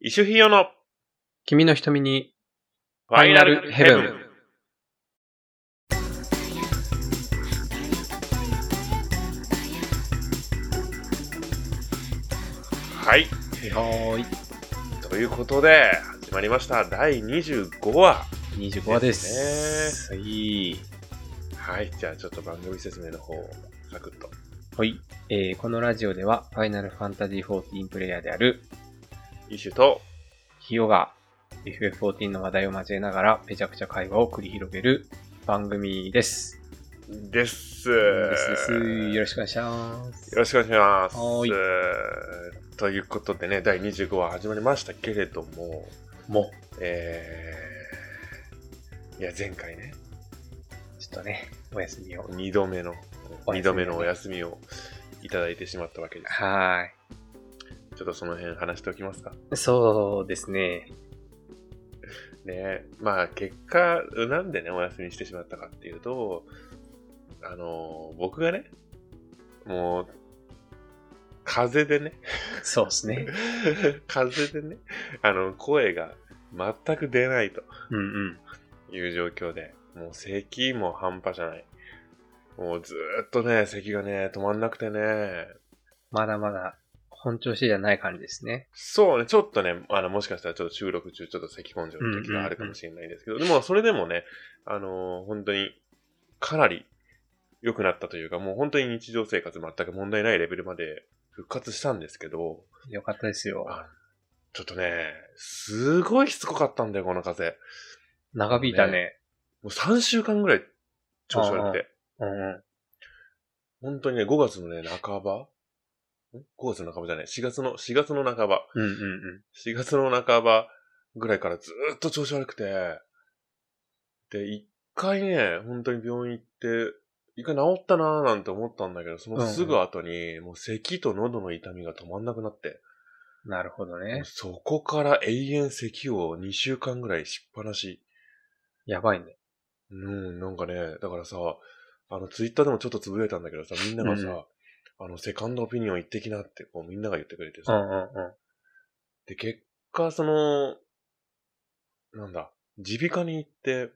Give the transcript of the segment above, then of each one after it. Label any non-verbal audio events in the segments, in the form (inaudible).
イシュヒヨの君の瞳に、ファイナルヘブン。はい。はーい。ということで、始まりました。第25話。 25話です。はい。はい。じゃあ、ちょっと番組説明の方をサクッと。はい。えー、このラジオでは、ファイナルファンタジー14プレイヤーである、イシュと、ヒヨが FF14 の話題を交えながら、めちゃくちゃ会話を繰り広げる番組です。です。ですです。よろしくお願いします。よろしくお願いします。はということでね、第25話始まりましたけれども、もえー、いや、前回ね、う、ちょっとね、お休みを。 2度目の、お休み2度目のお休みをいただいてしまったわけです。はちょっとその辺話しておきますか。ーい。そうですね。ねまあ結果、なんでね、お休みしてしまったかっていうと、あの、僕がね、もう、風邪でね、 (laughs) そうですね。風邪でね、あの、声が全く出ないとうんうん。いう状況で、もう咳も半端じゃない。もうずーっとね、咳がね、止まんなくてね、まだまだ、本調子じゃない感じですね。そうね、ちょっとね、あの、もしかしたらちょっと収録中ちょっと咳込んじゃう時があるかもしれないですけど、でもそれでもね、あのー本当にかなり良くなったというか、もう本当に日常生活全く問題ないレベルまで復活したんですけど、よかったですよ。あちょっとね、すごいしつこかったんだよ、この風邪。長引いたね。もう3週間ぐらい調子悪くて。うんうん。本当にね、5月のね、半ばん ?5 月の半ばじゃない、4月の、4月の半ば。うんうん4月の半ばぐらいからずーっと調子悪くて、で、一回ね、本当に病院行って、一回治ったなーなんて思ったんだけど、そのすぐ後に、もう咳と喉の痛みが止まんなくなって、うん。なるほどもねう。そこから永遠咳を2週間ぐらいしっぱなし。やばいね。うん、なんかね、だからさ、あの、ツイッターでもちょっとつぶやいたんだけどさ、みんながさ、うんうあの、セカンドオピニオン行ってきなって、こうみんなが言ってくれてうさ、んうんうん。で、結果、その、なんだ、耳鼻科に行って、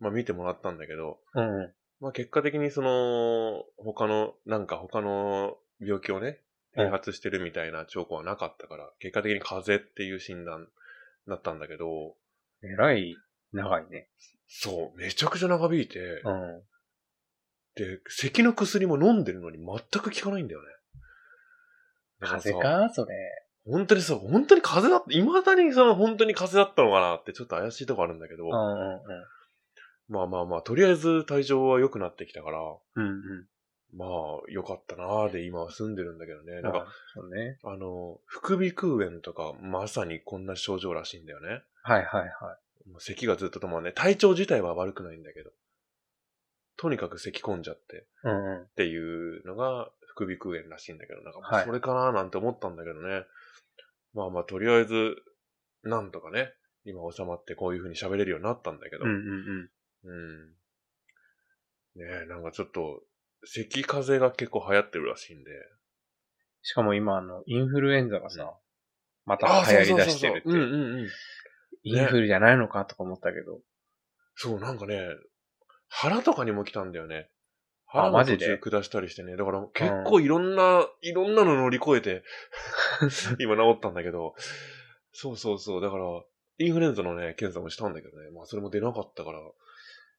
まあ見てもらったんだけど、うんうん。まあ結果的にその、他の、なんか他の病気をね、併発してるみたいな兆候はなかったから、結果的に風邪っていう診断だったんだけど、えらい長いね。そう、めちゃくちゃ長引いて、うん。で、咳の薬も飲んでるのに全く効かないんだよね。だらさ風邪かそれ。本当にそう、本当に風邪だった、未だにその本当に風邪だったのかなってちょっと怪しいとこあるんだけど、うんうんまあまあまあ、とりあえず体調は良くなってきたから、うん。うんうん。まあ、良かったなぁで今は住んでるんだけどね。なんか、、そうね。あの、副鼻腔炎とか、まさにこんな症状らしいんだよね。はいはいはい。もう咳がずっと止まんね。体調自体は悪くないんだけど。とにかく咳込んじゃってっうんうん。ていうのが副鼻腔炎らしいんだけど、なんか、はいそれかなぁなんて思ったんだけどね。まあまあ、とりあえず、なんとかね、今収まってこういう風に喋れるようになったんだけど。うんうんうん。うん。ねえ、なんかちょっと、咳風邪が結構流行ってるらしいんで。しかも今、あの、インフルエンザがうんさ、また流行り出してるうんうって。んうん。インフルじゃないのかとか思ったけど。そう、なんかね、腹とかにも来たんだよね。あ腹のマ途ジで中下したりしてね。だから結構いろんな、いろんなの乗り越えて、 (laughs) 今治ったんだけど。そうそうそう。だから、インフルエンザのね、検査もしたんだけどね。まあそれも出なかったから、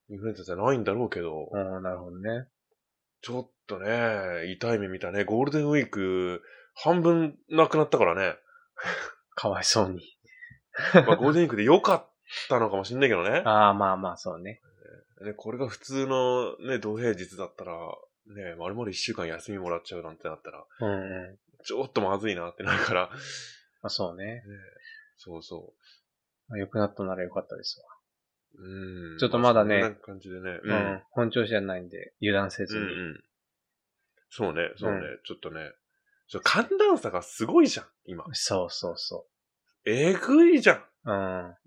インフルエンザじゃないんだろうけど。うん、なるほどね。ちょっとね、痛い目見たね。ゴールデンウィーク、半分なくなったからね。かわいそうに。まあ、ゴールデンウィークで良かったのかもしんないけど (laughs) ね。ああ、まあまあ、そうね。ねこれが普通のね、同平日だったら、ね、丸々一週間休みもらっちゃうなんてなったら、うんうん。ちょっとまずいなってなるから。まあそうね。そうそまあ良くなったなら良かったですわ。う。うん。ちょっとまだねあそんな感じでね。う。ん。本調子じゃないんで、油断せずうに。んうん。そうね、そうね。うちょっとね。ちょ寒暖差がすごいじゃん、今。そうそうそえぐいじゃん。う。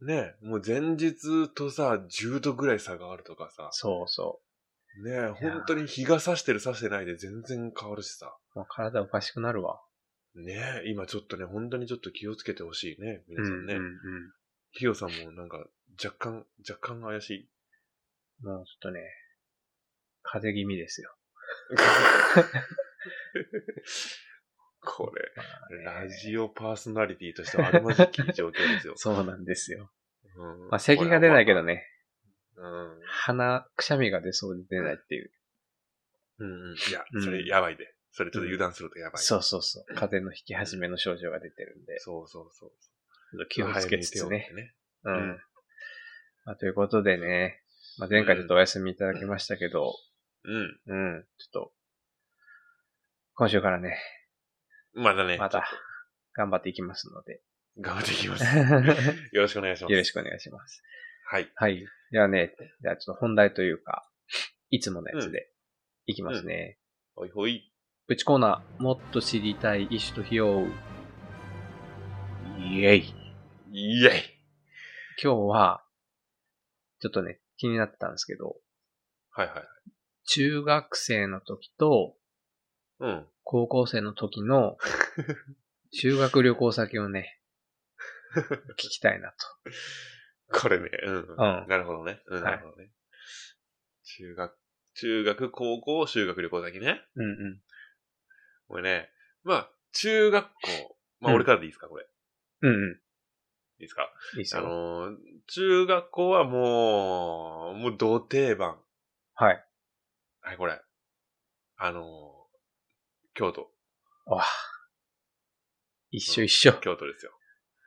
うん。ねえ、もう前日とさ、10度ぐらい差があるとかさ、そうそねえ、本当に日が差してる差してないで全然変わるしさ、う。まあ、体おかしくなるわ。ねねえ、今ちょっとね、本当にちょっと気をつけてほしいね、皆うさんんね。うんヒヨさんもなんか、若干、若干怪しい。うん。もうちょっとね、風邪気味ですよ。。これ、ラジオパーソナリティとしてはあるまじき状況です (laughs) よ (laughs) そうなんですよ。うんまあ、咳が出ないけど。ね、これはまあ鼻、くしゃみが出そうで出ないっていう。うん。うんうん。いやう、んそれやばいで。それちょっと油断するとやばい。そうそうそう。風邪の引き始めの症状が出てるんで、そうそうそう。気をつけつつ早めに手を打って。ねね。ううんん。まあ、ということでね、まあ、前回ちょっとお休みいただきましたけど、うん。うん、ちょっと、今週からね、まだね、また、頑張っていきますの (laughs) で、頑張っていき (laughs) ます。よよろしくお願いします。ろしくお願いします。はい。はい。ではね、じゃあちょっと本題というか、いつものやつで、いきますね。ほいほい。うちコーナー、もっと知りたい、医師と費用。イエイ。イェイ今日は、ちょっとね、気になってたんですけど、はいはい。中学生の時とうん。高校生の時の (laughs) 修学旅行先をね、聞きたいなこれね、うん。 (laughs) んなるほどね。うん、はいなるほどね。中学、中学、高校、修学旅行先ね。と。うんうん。これね、まあ、中学校。まあ、うん俺からでいいですか、これ。うんういいですかん。いいっすあよ。のー中学校はもう、もう、土定番。はい。はい、これ。あのー京都。わあ一緒一緒。京都ですよ。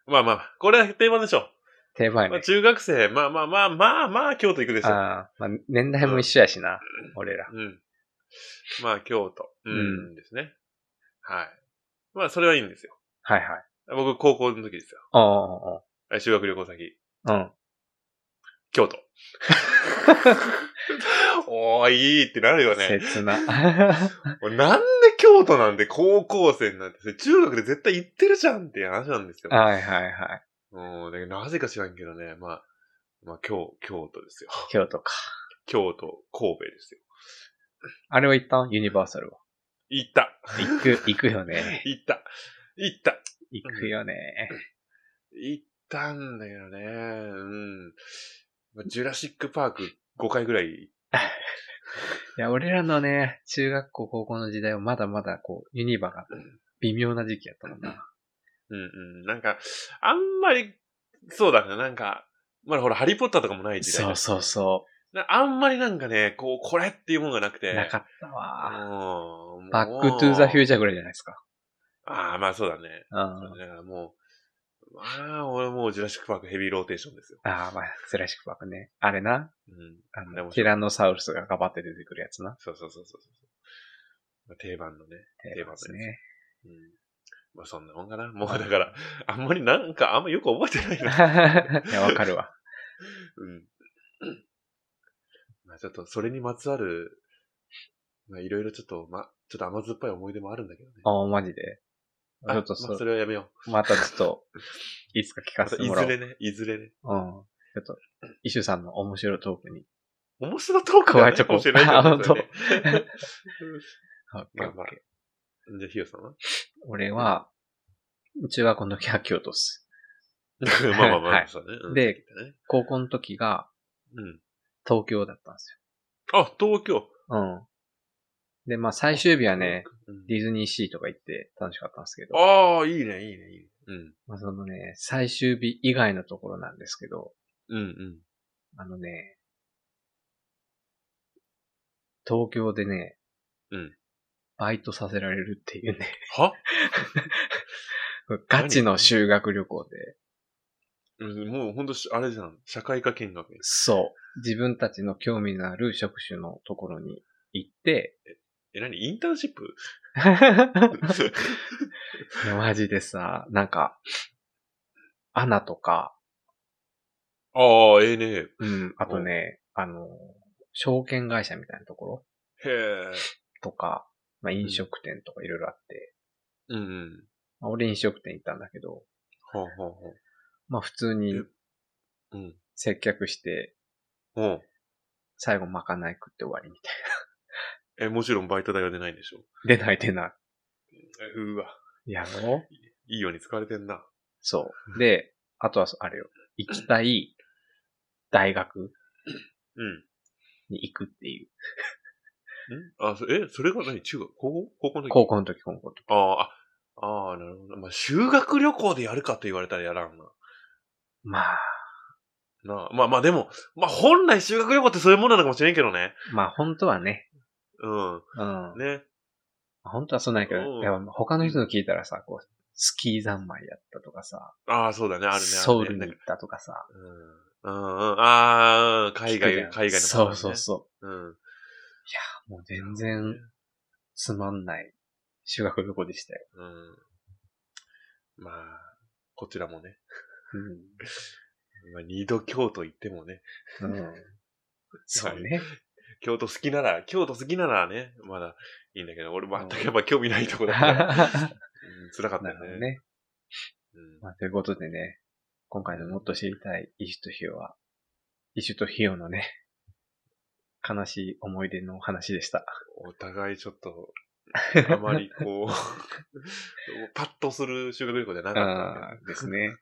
まあまあ、これは定番でしょ。定番やまあ、ね。中学生、まあまあまあまあまあ、京都行くでしょ。ああ、まあ、年代も一緒やしな、俺ら。うん。まあ、京都。うん。うですね。はい。まあ、それはいいんですよ。はいはい。僕、高校の時ですよ。おうおうあ修学旅行先、おううん。京都。おー、いいってなるよね。切な。 (laughs) 俺なんで京都なんで高校生になって、中学で絶対行ってるじゃんっていう話なんですよ。はいはいはい。うん、だけどなぜか知らんけどね、まあ、まあ、京、京都ですよ。 (laughs) 京都か。京都、神戸ですよ。あれは行ったんユニバーサルは。行った。行 (laughs) く、行くよね。行った。行った。行くよね。行ったんだけどね。うん。まあジュラシックパーク5回ぐらい。いや、俺らのね、中学校、高校の時代はまだまだこう、ユニバが微妙な時期やったもんな。うんうん。なんか、あんまり、そうだね。なんか、まだほら、ハリーポッターとかもない時代そだうそうそなあんまりなんかね、こう、これっていうものがなくて。う。なかったわ。うんバックトゥーザフューチチャーぐらいじゃないですか。ャー。ああ、まあそうだね。うん。あだからもう、まあ、俺もうジュラシックパークヘビーローテーションですよ。あ、まあ、ジュラシックパークね。あれな。うん。あでの、もティラノサウルスがガバって出てくるやつな。そうそうそうそうそう。まあ定番のね。テーマですね。うん。まあそんなもんかな。もうだから、あんまりなんか、あんまよく覚えてないな。 (laughs) いや、わかるわ。うん。 (clears throat) まあちょっと、それにまつわる、まあいろいろちょっと、ま、ちょっと甘酸っぱい思い出もあるんだけどね。ああ、マジで。ちょっとまあそそ、れはやめよまたちょっと、いつか聞う。かませたていもらおずう。れね、いずれね。うん。ちょっと、イシュさんの面白いトークに。面白トークはないかもしれないけあど本ね。当それねあまあまあじゃあ、ひよさん (laughs) は俺は、中学校の時は京都っす。まあまあまあ、はいそうだね。うんで、そうだね高校の時がうん。東京だったんですあ、東京。よ。うん。で、まあ最終日はね、うんディズニーシーとか行って楽しかったんですけど、ああ、いいね、いいね、いいね。うん。まあそのね、最終日以外のところなんですけど、うん、あのね、東京でね、うんバイトさせられるっていうね、うん。はガチの修学旅行で、うんもうほんとし、あれじゃん。社会科見学。そう、自分たちの興味のある職種のところに行って、え、何インターンシップいや、マジでさ、なんか、アナとか、 (laughs) ああ、ええね。へうん、あとね、あの、証券会社みたいなとこえ。ろとか、まあ、飲食店とかいろいろあって、うんうん。まあ俺飲食店行ったんだけど、ほうほうほう。まあ、普通にえうん。接客して、ほう。最後まかない食って終わりみたいえ、もちろんバイト代は出ないんでしょな。出ない出ない。えうわ。やろいいように使われてんな。 (laughs) そう。で、あとは、あれよ。行きたい大学うん。に行くっていう。んあ、そえ、それが何中学高校高校の時高校の時、高校の時。ああ、ああ、なるほど。まあ、修学旅行でやるかと言われたらやらんな。まあ、なあまあまあでも、まあ本来修学旅行ってそういうもんなのかもしれんけどね。まあ本当はね。うん。うん。ね。本当はそうなんやけうど、んやっぱ他の人の聞いたらさ、こう、スキー三昧やったとかさ、ああ、そうだね。あるね。ソウあルるにね行ったとかさ、うん。うんうん。ああ、海聞く外じゃ、海外のんパターンそうね。そうそううん。う。もう全然つまんない修学旅行でしたよ。うん。まあ、こちらもね。 (laughs) まあ、二度京都行ってもね。 (laughs) うん。うん。そうね。京都好きなら、京都好きならね、まだいいんだけど、俺全くやっぱ興味ないとこだから、 (laughs) うん、な辛かったるよほどね。ね。うんまあ、ということでね、今回のもっと知りたいイシュとヒヨは、イシュとヒヨのね、悲しい思い出の話でした。お互いちょっと、あまりこう、 (laughs) パッとする修学旅行じゃなかったあんーですね。で。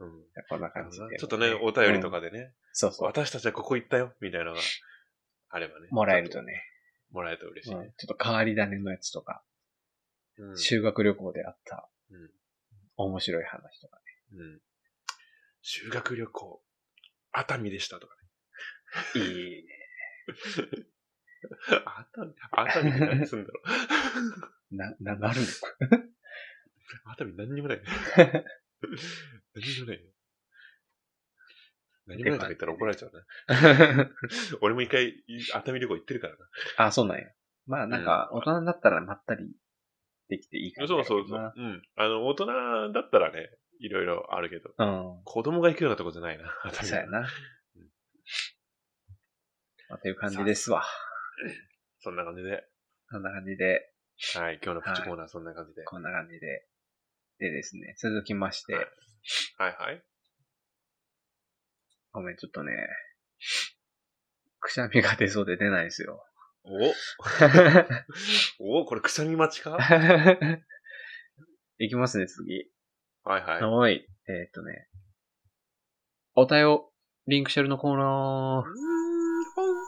うんこんなあ感のじさで。ちょっとね、お便りとうん。かでね、そうそう。私たちはここ行ったよ、みたいなのがあればね。もらえるとね。ね、もらえると嬉しいうんね。ちょっと変わり種のやつとか、うん修学旅行であったうん面白い話とかね。うん修学旅行、熱海でしたとかいいね。ね。 (laughs) 熱海、熱海って何すんだろう。な、な、なるの熱海何にもない。 (laughs) 何にもない。何もないとか言ったら怒られちゃうね。 (laughs) か俺も一回熱海旅行行ってるからな。あ、そうなんや。まあなんか、大人になったらまったりできていいかもしれそなういそうそう。うん。あの、大人だったらね、いろいろあるけど、うん。子供が行くようなとこじゃないな。熱海そうやな。まあ、という感じですわ。そんな感じで。そんな感じで、はい。今日のプチコーナーそんな感じで。こんな感じで。でですね、続きまして、はいはいはい。ごめん、ちょっとね、くしゃみが出そうで出ないんですよ。 (laughs) (laughs) おおこれくしゃみ待ちかはいきますね、次。はい。おい。えーっとね、おたよ、リンクシェルのコーナー。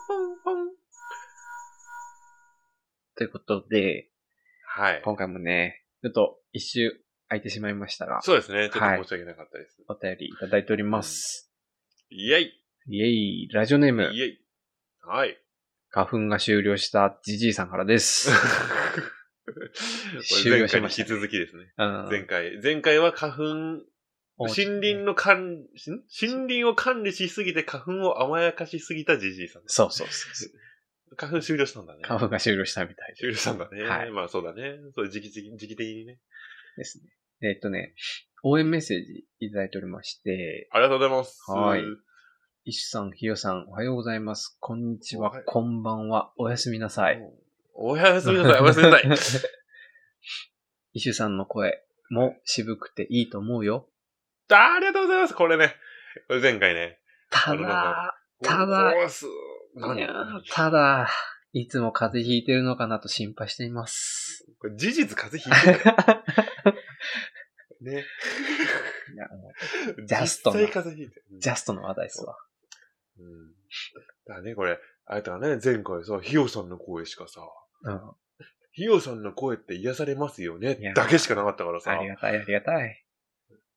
ということで、はい。今回もね、ちょっと一周空いてしまいましたが、そうですね。ちょっと申し訳なかったです。お便りいただいております。イェイイエイ、ラジオネーム。イェイ (laughs) はい。 (laughs) 花粉が終了したジジイさんからです。これ前回に引き続きですね。うん前回。前回は花粉、森林の管理、ん森林を管理しすぎて花粉を甘やかしすぎたジジイさん。そうそうそう。花粉終了したんだね。花粉が終了したみたい終了したんだね。はいまあそうだね。そう、時期、時期、時期的にね。ですね。えっとね、応援メッセージいただいておりまして、ありがとうございます。はいイシュさん、ヒヨさん、おはようございます。こんにちはおはよ、うこんばんは、おやすみなさい。おやすみなさい、おやすみなさい。 (laughs) イシュさんの声も渋くていいと思うよ。あありがとうございます。これね。これ前回ね。たなるほだ、ただおーす何いやーただ、いつも風邪ひいてるのかなと心配してい (laughs) ます。これ事実風邪ひいてたよね。 (laughs) いやもジャストな実際風邪ひいてるうジャストの話題ですわ。うん。だね、これ、あれだね、前回さ、ヒヨさんの声しかさ、うん。ヒヨさんの声って癒されますよねいや、だけしかなかったからさあ、りがたい、ありがたい。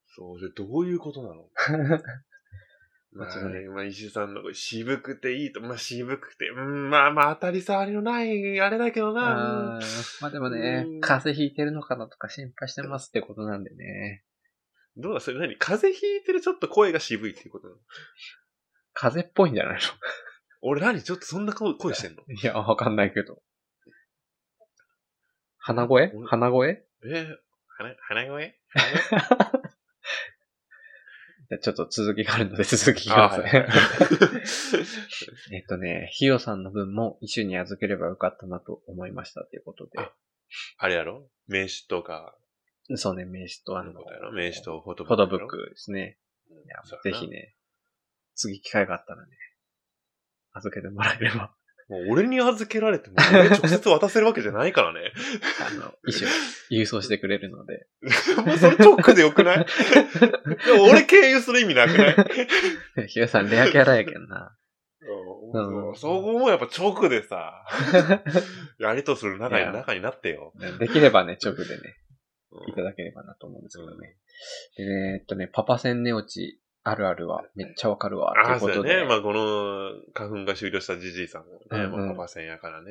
そう、それどういうことなの (laughs) まもあちろんねね、まあ、石井さんの声渋くていいと、まあ渋くて、うん、まあまあ当たり障りのない、あれだけどな、あーまあでもねうん、風邪ひいてるのかなとか心配してますってことなんでね。どうだ、それ何風邪ひいてるちょっと声が渋いっていうことなの風邪っぽいんじゃない俺何ちょっとそんな声声してんのの (laughs) いや、わかんないけど。鼻声俺鼻声え鼻、鼻 (laughs) 声鼻声じゃあちょっと続きがある (laughs) ので続きいきあまはすいはね。い (laughs) (laughs) えっとね、ひよさんの分も一緒に預ければよかったなと思いましたということあれやろ名刺とか、で。そうね、名刺とああのの、ことやろ名刺とフォトフォトブやッろク。ですね。いやそう、やぜなひね、次機会があったらね、預けてもらえればもう俺に預けられても、俺 (laughs) 直接渡せるわけじゃないからね。(laughs) あの、意思を郵送してくれるので。もうそれ直でよくないでも俺経由する意味なくない、 (laughs) ヒロさん、レアキャラやけんな。う、うんんそこもやっぱ直でさ、やりとする中いやに、中になってよ。できればね、直でね、うんいただければなと思うんですけどね。でえーっとね、パパ戦寝落ちあるあるはめっちゃわかるわ。あといあ、うそこうとだで、ね。まあ、この花粉が終了したじじいさんもね、うんうんまあ、パパ戦やからね。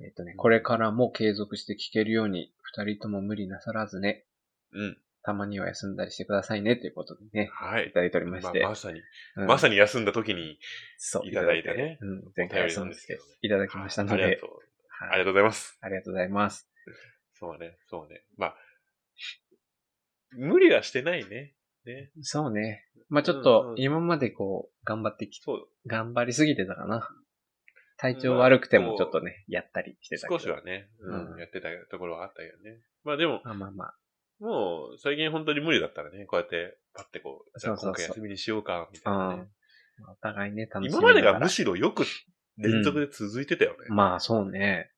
えーっとね、これからも継続して聞けるように、二人とも無理なさらずね、うん。たまには休んだりしてくださいね、ということでね、はいい。ただいておりまましあて。まさに、うんまさに休んだ時にそう、いただいたねいただいて。うん、前回はそうなんですけど、いただきましたのありがでと、う。あはりがいとうございます。ありがとうございます。そうね、そうね。まあ、無理はしてないね。ね。そうね。まあちょっうんうん、と今までこう、頑張ってき、そう。頑張りすぎてたかな。体調悪くてもちょっとね、やったりしてたけ少ど。しはね、うん、うんやってたところはあったけどね。まあでも、まあまあまあ。もう、最近本当に無理だったらね、こうやって、パッてこう、じゃあそう今そうそう回休みにしようか、みたういんな、ね。まあお互いね、楽しみ今なまでががらむしろよく連続で続いてたよね。まあ、そうね。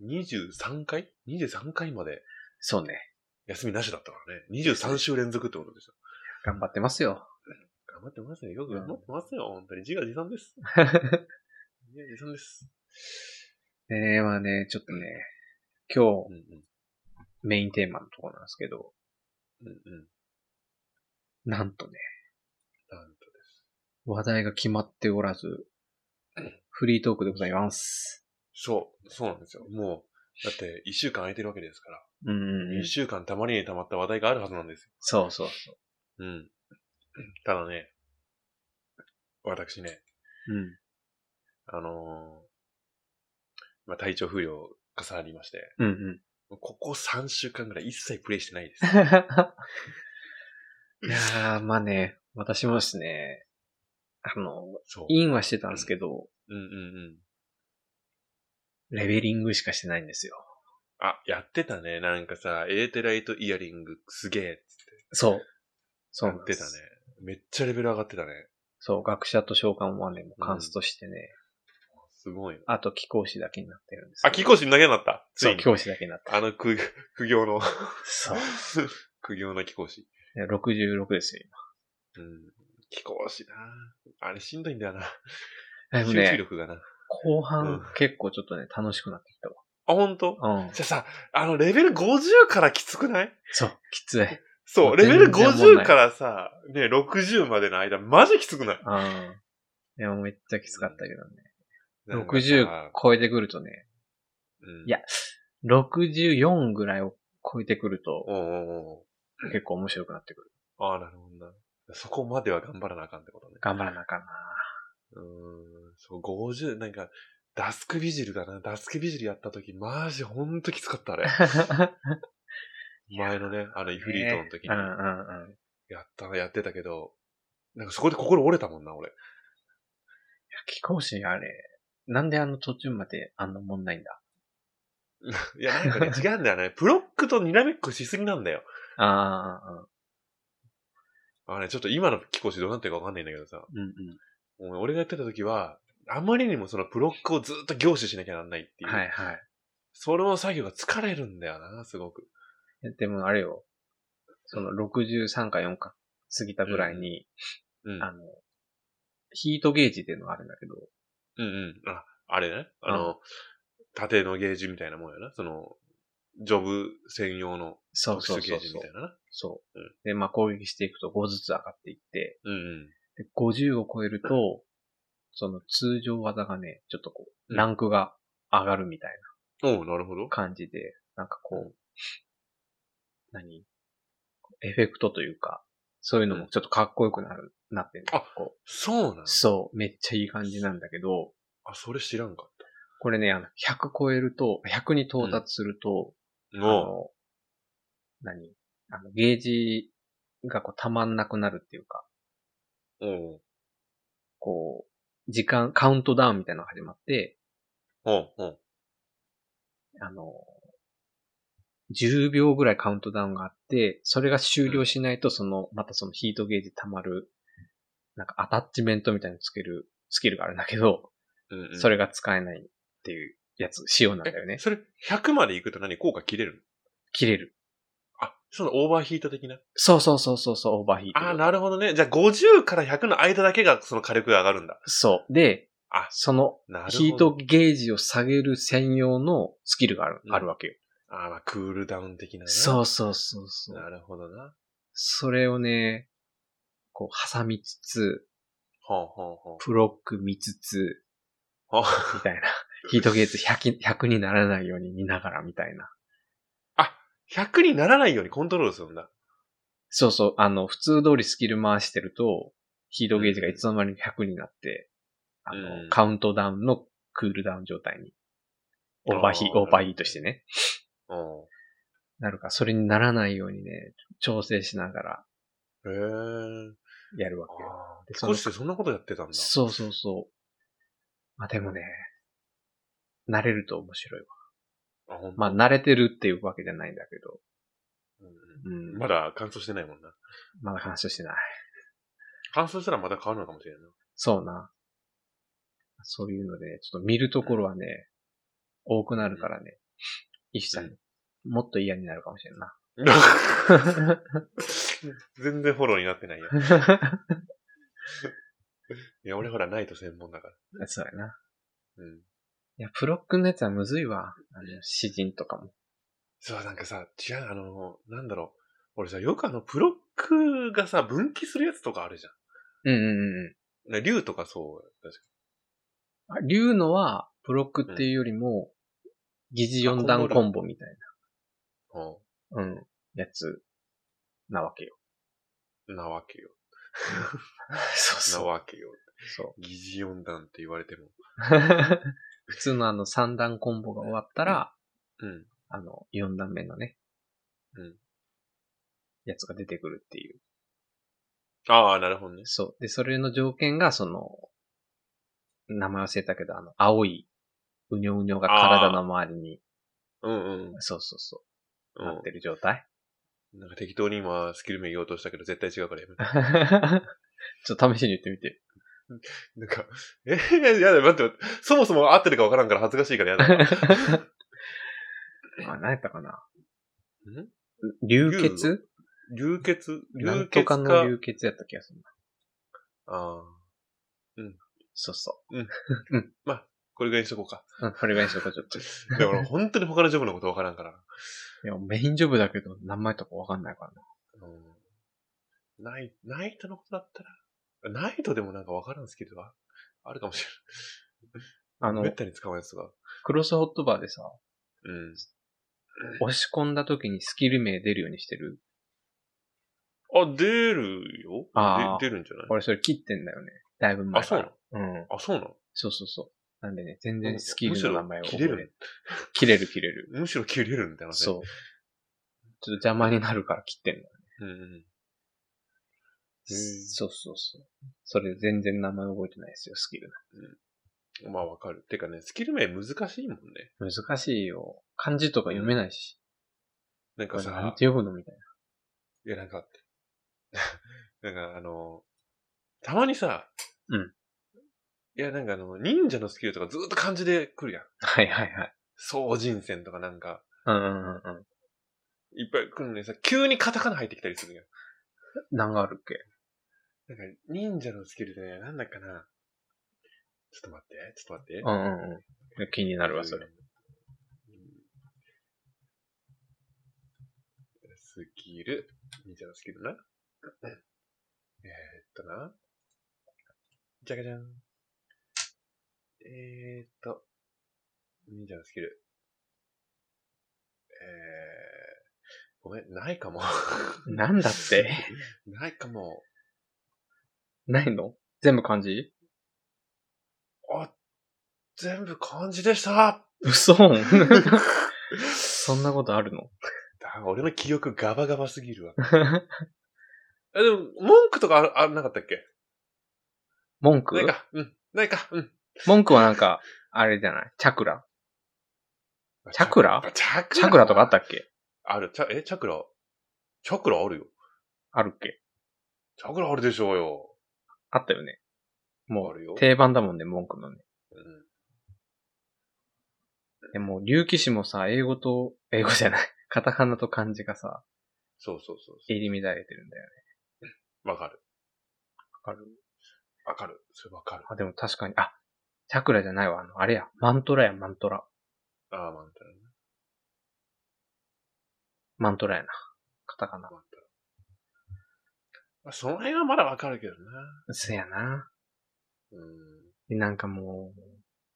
23回 ?23 回までそうね。休みなしだったからね。23週連続ってことでしょ。頑張ってますよ。頑張ってますよ。よく頑張ってますよ。本当に。自画自賛です。自画自賛 (laughs) です。えー、まあね、ちょっとね、今うんうん。日メインテーマのところなんですけど、うんうん。なんとね、なんとです。話題が決まっておらず、フリートークでございます。そう、そうなんですよ。もう、だって、一週間空いてるわけですから。うんうん一、うん。週間たまりにたまった話題があるはずなんですそうそうそよ。うん。 (clears throat) ただね、私ね、う。うん。あのーまあ、体調不良を重なりまして、うん (laughs) うこん。こ3週間ぐらい一切プレイして (laughs) ないです。いやー、まあね、私もですね、あの、そう。インはしてたんですけど、うんうんうん。レベリングしかしてないんですよ。あ、やってたね。なんかさ、エーテライトイヤリングすげえっつって。そう。そうやなんっでてすたね。めっちゃレベル上がってたね。そう、学者と召喚はね、もうカンストしてね、すごいな。あと気候士だけになってるんですよあ、気候士投げになった。つそ、いうに気。候士だけになってる。あの苦、 (laughs) 苦行の。そう。苦行の貴公子。で66ですよ、うん。貴公子なあれしんどいんだよな。今。でも集中ね、力がな。あ、後半う結構ちょっとね、楽しくなってきたほんとわ。うん。じゃあさ、あの、レベル50からきつくないそう、きつい。そう、もうレベル全然問50題からさ、ね、60までの間、マジきつくないうん。でもめっちゃきつかったけどね。なんかさ60超えてくるとね、うんいや、64ぐらいを超えてくるとおうおうおう結構面白くなってくる。ああ、なるほどな。そこまでは頑張らなあかんってことね。頑張らなあかんな。うーん、そう、50、なんか、ダスクビジルだな。ダスクビジルやった時、マジほんときつかった、あ (laughs) れ。前のね、あの、 (laughs) イフリートの時にうんう。んうん。やった、やってたけど、なんかそこで心折れたもんな、俺。気候士あれ、なんであの途中まであんなもんないんだいや、なんか (laughs) ね、違うんだよね。ブロックとにらめっこしすぎなんだよ。ああ、あれ、ちょっと今の貴公子どうなってるかわかんないんだけどさ。うんうん。もう俺がやってた時は、あまりにもそのブロックをずっと凝視しなきゃなんないっていう。はいはい。その作業が疲れるんだよな、すごく。でもあれよ、その63か4か過ぎたぐらいに、うん。あの、ヒートゲージっていうのがあるんだけど、うんうん。あ、あれね。あの、縦のゲージみたいなもんやな。その、ジョブ専用のそ特うそう殊ゲそーうジそみうたいなな。そう、うんで、まあ攻撃していくと5ずつ上がっていって、うんうん。で50を超えると、その通常技がね、ちょっとこうう、んランクが上がるみたいおう、なるほどな。感じで、なんかこう、何エフェクトというか、そういうのもちょっとかっこよくなる、なってる。あこうそうなんそう、めっちゃいい感じなんだけど、あ、それ知らんかっこれね、あの、100超えると、100に到達すると、た。あおう。の、何あの、ゲージがこう、たまんなくなるっていうか、おう。こう、時間、カウントダウンみたいなのが始まって、おう。おう。あの、10秒ぐらいカウントダウンがあって、それが終了しないと、その、またそのヒートゲージ溜まる、なんかアタッチメントみたいなのつける、スキルがあるんだけど、うんうんそれが使えないっていうやつ、仕様なんだよねえ。それ、100まで行くと何効果切れるの切れる。あ、そのオーバーヒート的な。そうそうそうそうそう、オーバーヒート。あーなるほどね。じゃあ50から100の間だけがその火力が上がるんだ。そう。で、あそのなるほど。ヒートゲージを下げる専用のスキルがある,、うんあるわけよ。あーまあ、クールダウン的なね。そうそうそうそう。なるほどな。それをね、こう、挟みつつ、ほうほうほう。ブロック見つつ、あみたいな。 (laughs) ヒートゲージ 100, 100にならないように見ながらみたいな。 100にならないようにコントロールするんだ。そうそう、あの、普通通りスキル回してると、ヒートゲージがいつの間にか100になって、あの、うんカウントダウンのクールダウン状態に、オーバーヒあーオーバーヒートしてね、うん。なるから、それにならないようにね、調整しながらへえ。やるわけよ。あでーそ少のしでそんなことやってたんだ。そうそうそう。まあでもね、慣れると面白いわ。あ、ほんとまあ慣れてるっていうわけじゃないんだけど、うんううんん、まだ乾燥してないもんな。まだ話してない。乾燥したらまた変わるのかもしれない (laughs) な。そうな。そういうので、ちょっと見るところはね、多くなるからね、石さん、もっと嫌になるかもしれんな。全然フォローになってないよ。いや、俺ほら、ナイト専門だから。 (laughs) そうやな。うん。いや、プロックのやつはむずいわ。あの、詩人とかも。そう、なんかさ、違う、あの、なんだろう。俺さ、よくあの、ブロックがさ、分岐するやつとかあるじゃ。うんうんうんうんな竜とかそう、確かんあ。竜のは、ブロックっていうよりも、疑似四段コンボみたいな、うん、やつ、なわけよ。うんなわけよ。 (laughs) そうなそう。わけよ。 (laughs) そ疑似四段って言われても。う。普通のあの、三段コンボが終わったら、うん。あの、四段目のね、うん。やつが出てくるっていう。ああ、なるほどね。そう。で、それの条件が、その、名前忘れたけど、あの、青い、うにょうにょが体の周りに、うんうんそうそうそうう、なっん。てる状態。 (laughs) うん。なんか適当に今、スキル名言おうとしたけど、絶対違うからやめて。 (laughs) ちょっと試しに言ってみて。 (laughs) なんか、えー、やだ、待って待って。そもそも合ってるかわからんから恥ずかしいからやだ。 (laughs) あ、何やったかなうん流血流血な流んと血かか。の流血やった気がするな。ああ。そうそこれぐらいにしとこうか。う。うん、これぐらいにしとこう、ちょっと。いでも俺、本当に他のジョブのことわからんから。や、メインジョブだけど、名前とかわかんないからな。うん。ナイナイトのことだったら、ナイトでもなんかわからんスキルはあるかもしあれない。めのっ、たに使うやつが。クロスホットバーでさ、うん。押し込んだ時にスキル名出るようにしてる。あ、出るよあーで出るんじゃない俺それ切ってんだよね。だいぶ前あ、かそうら。なのうん。あ、そうなのそうそうそう。なんでね、全うん然スキルの名前をむし覚ろえ切れる。れ切れる切 (laughs) れる。むしろ切れるみたいなね。そう。ちょっと邪魔になるから切ってんの。う。うんうん。へーそうそうそう。それ全然名前覚えてないですよ、スキル。まあわかる。てかね、スキル名難しいもんね。難しいよ。漢字とか読めないし。なんかこれさ、なんて読むのみたいいや、なんか、 (laughs) なんかあの、たまにさ、うん。いや、なんかあの、忍者のスキルとかずーっと漢字で来るやん。な。はいはいはい。総人戦とかなんか、うんうんうんうん。いっぱい来るのにさ、急にカタカナ入ってきたりするやん。何があるっけなんか、忍者のスキルでね、なんだっかな。ちょっと待って、ちょっと待って。うんうんうん。気になるわ、それ。うんスキル、忍者のスキルな。えー、っとな。じゃがじゃん。えー、っと、忍者のスキル。えー、ごめん、ないかも。 (laughs) なんだってないかも。ないの全部漢字あ、全部漢字でした (laughs) 嘘そんなことあるのだ俺の記憶ガバガバすぎるわ。 (laughs) え、でも、文句とかああなかったっけ文ない句か、うん。ないか、うん。文句はなんか、あれじゃないチャクラチャクラチャクラチャクラとかあったっけある。チャえ、チャクラチャクラあるよ。あるっけチャクラあるでしょうよ。あったよね。もあるよう、定番だもんね、文句のね。うでも、竜騎士もさ、英語と、英語じゃない、カタカナと漢字がさ、そうそうそうそ入り乱れてるんだよね。う。わかる。わかるわかる。それわかる。あ、でも確かに、あ、チャクラじゃないわ、あの、あれや、マントラや、マントラ。ああ、マンタラね。マントラやな。カタカナ。マンタラ。まあ、その辺はまだわかるけどな。そやな。うん。でなんかもう、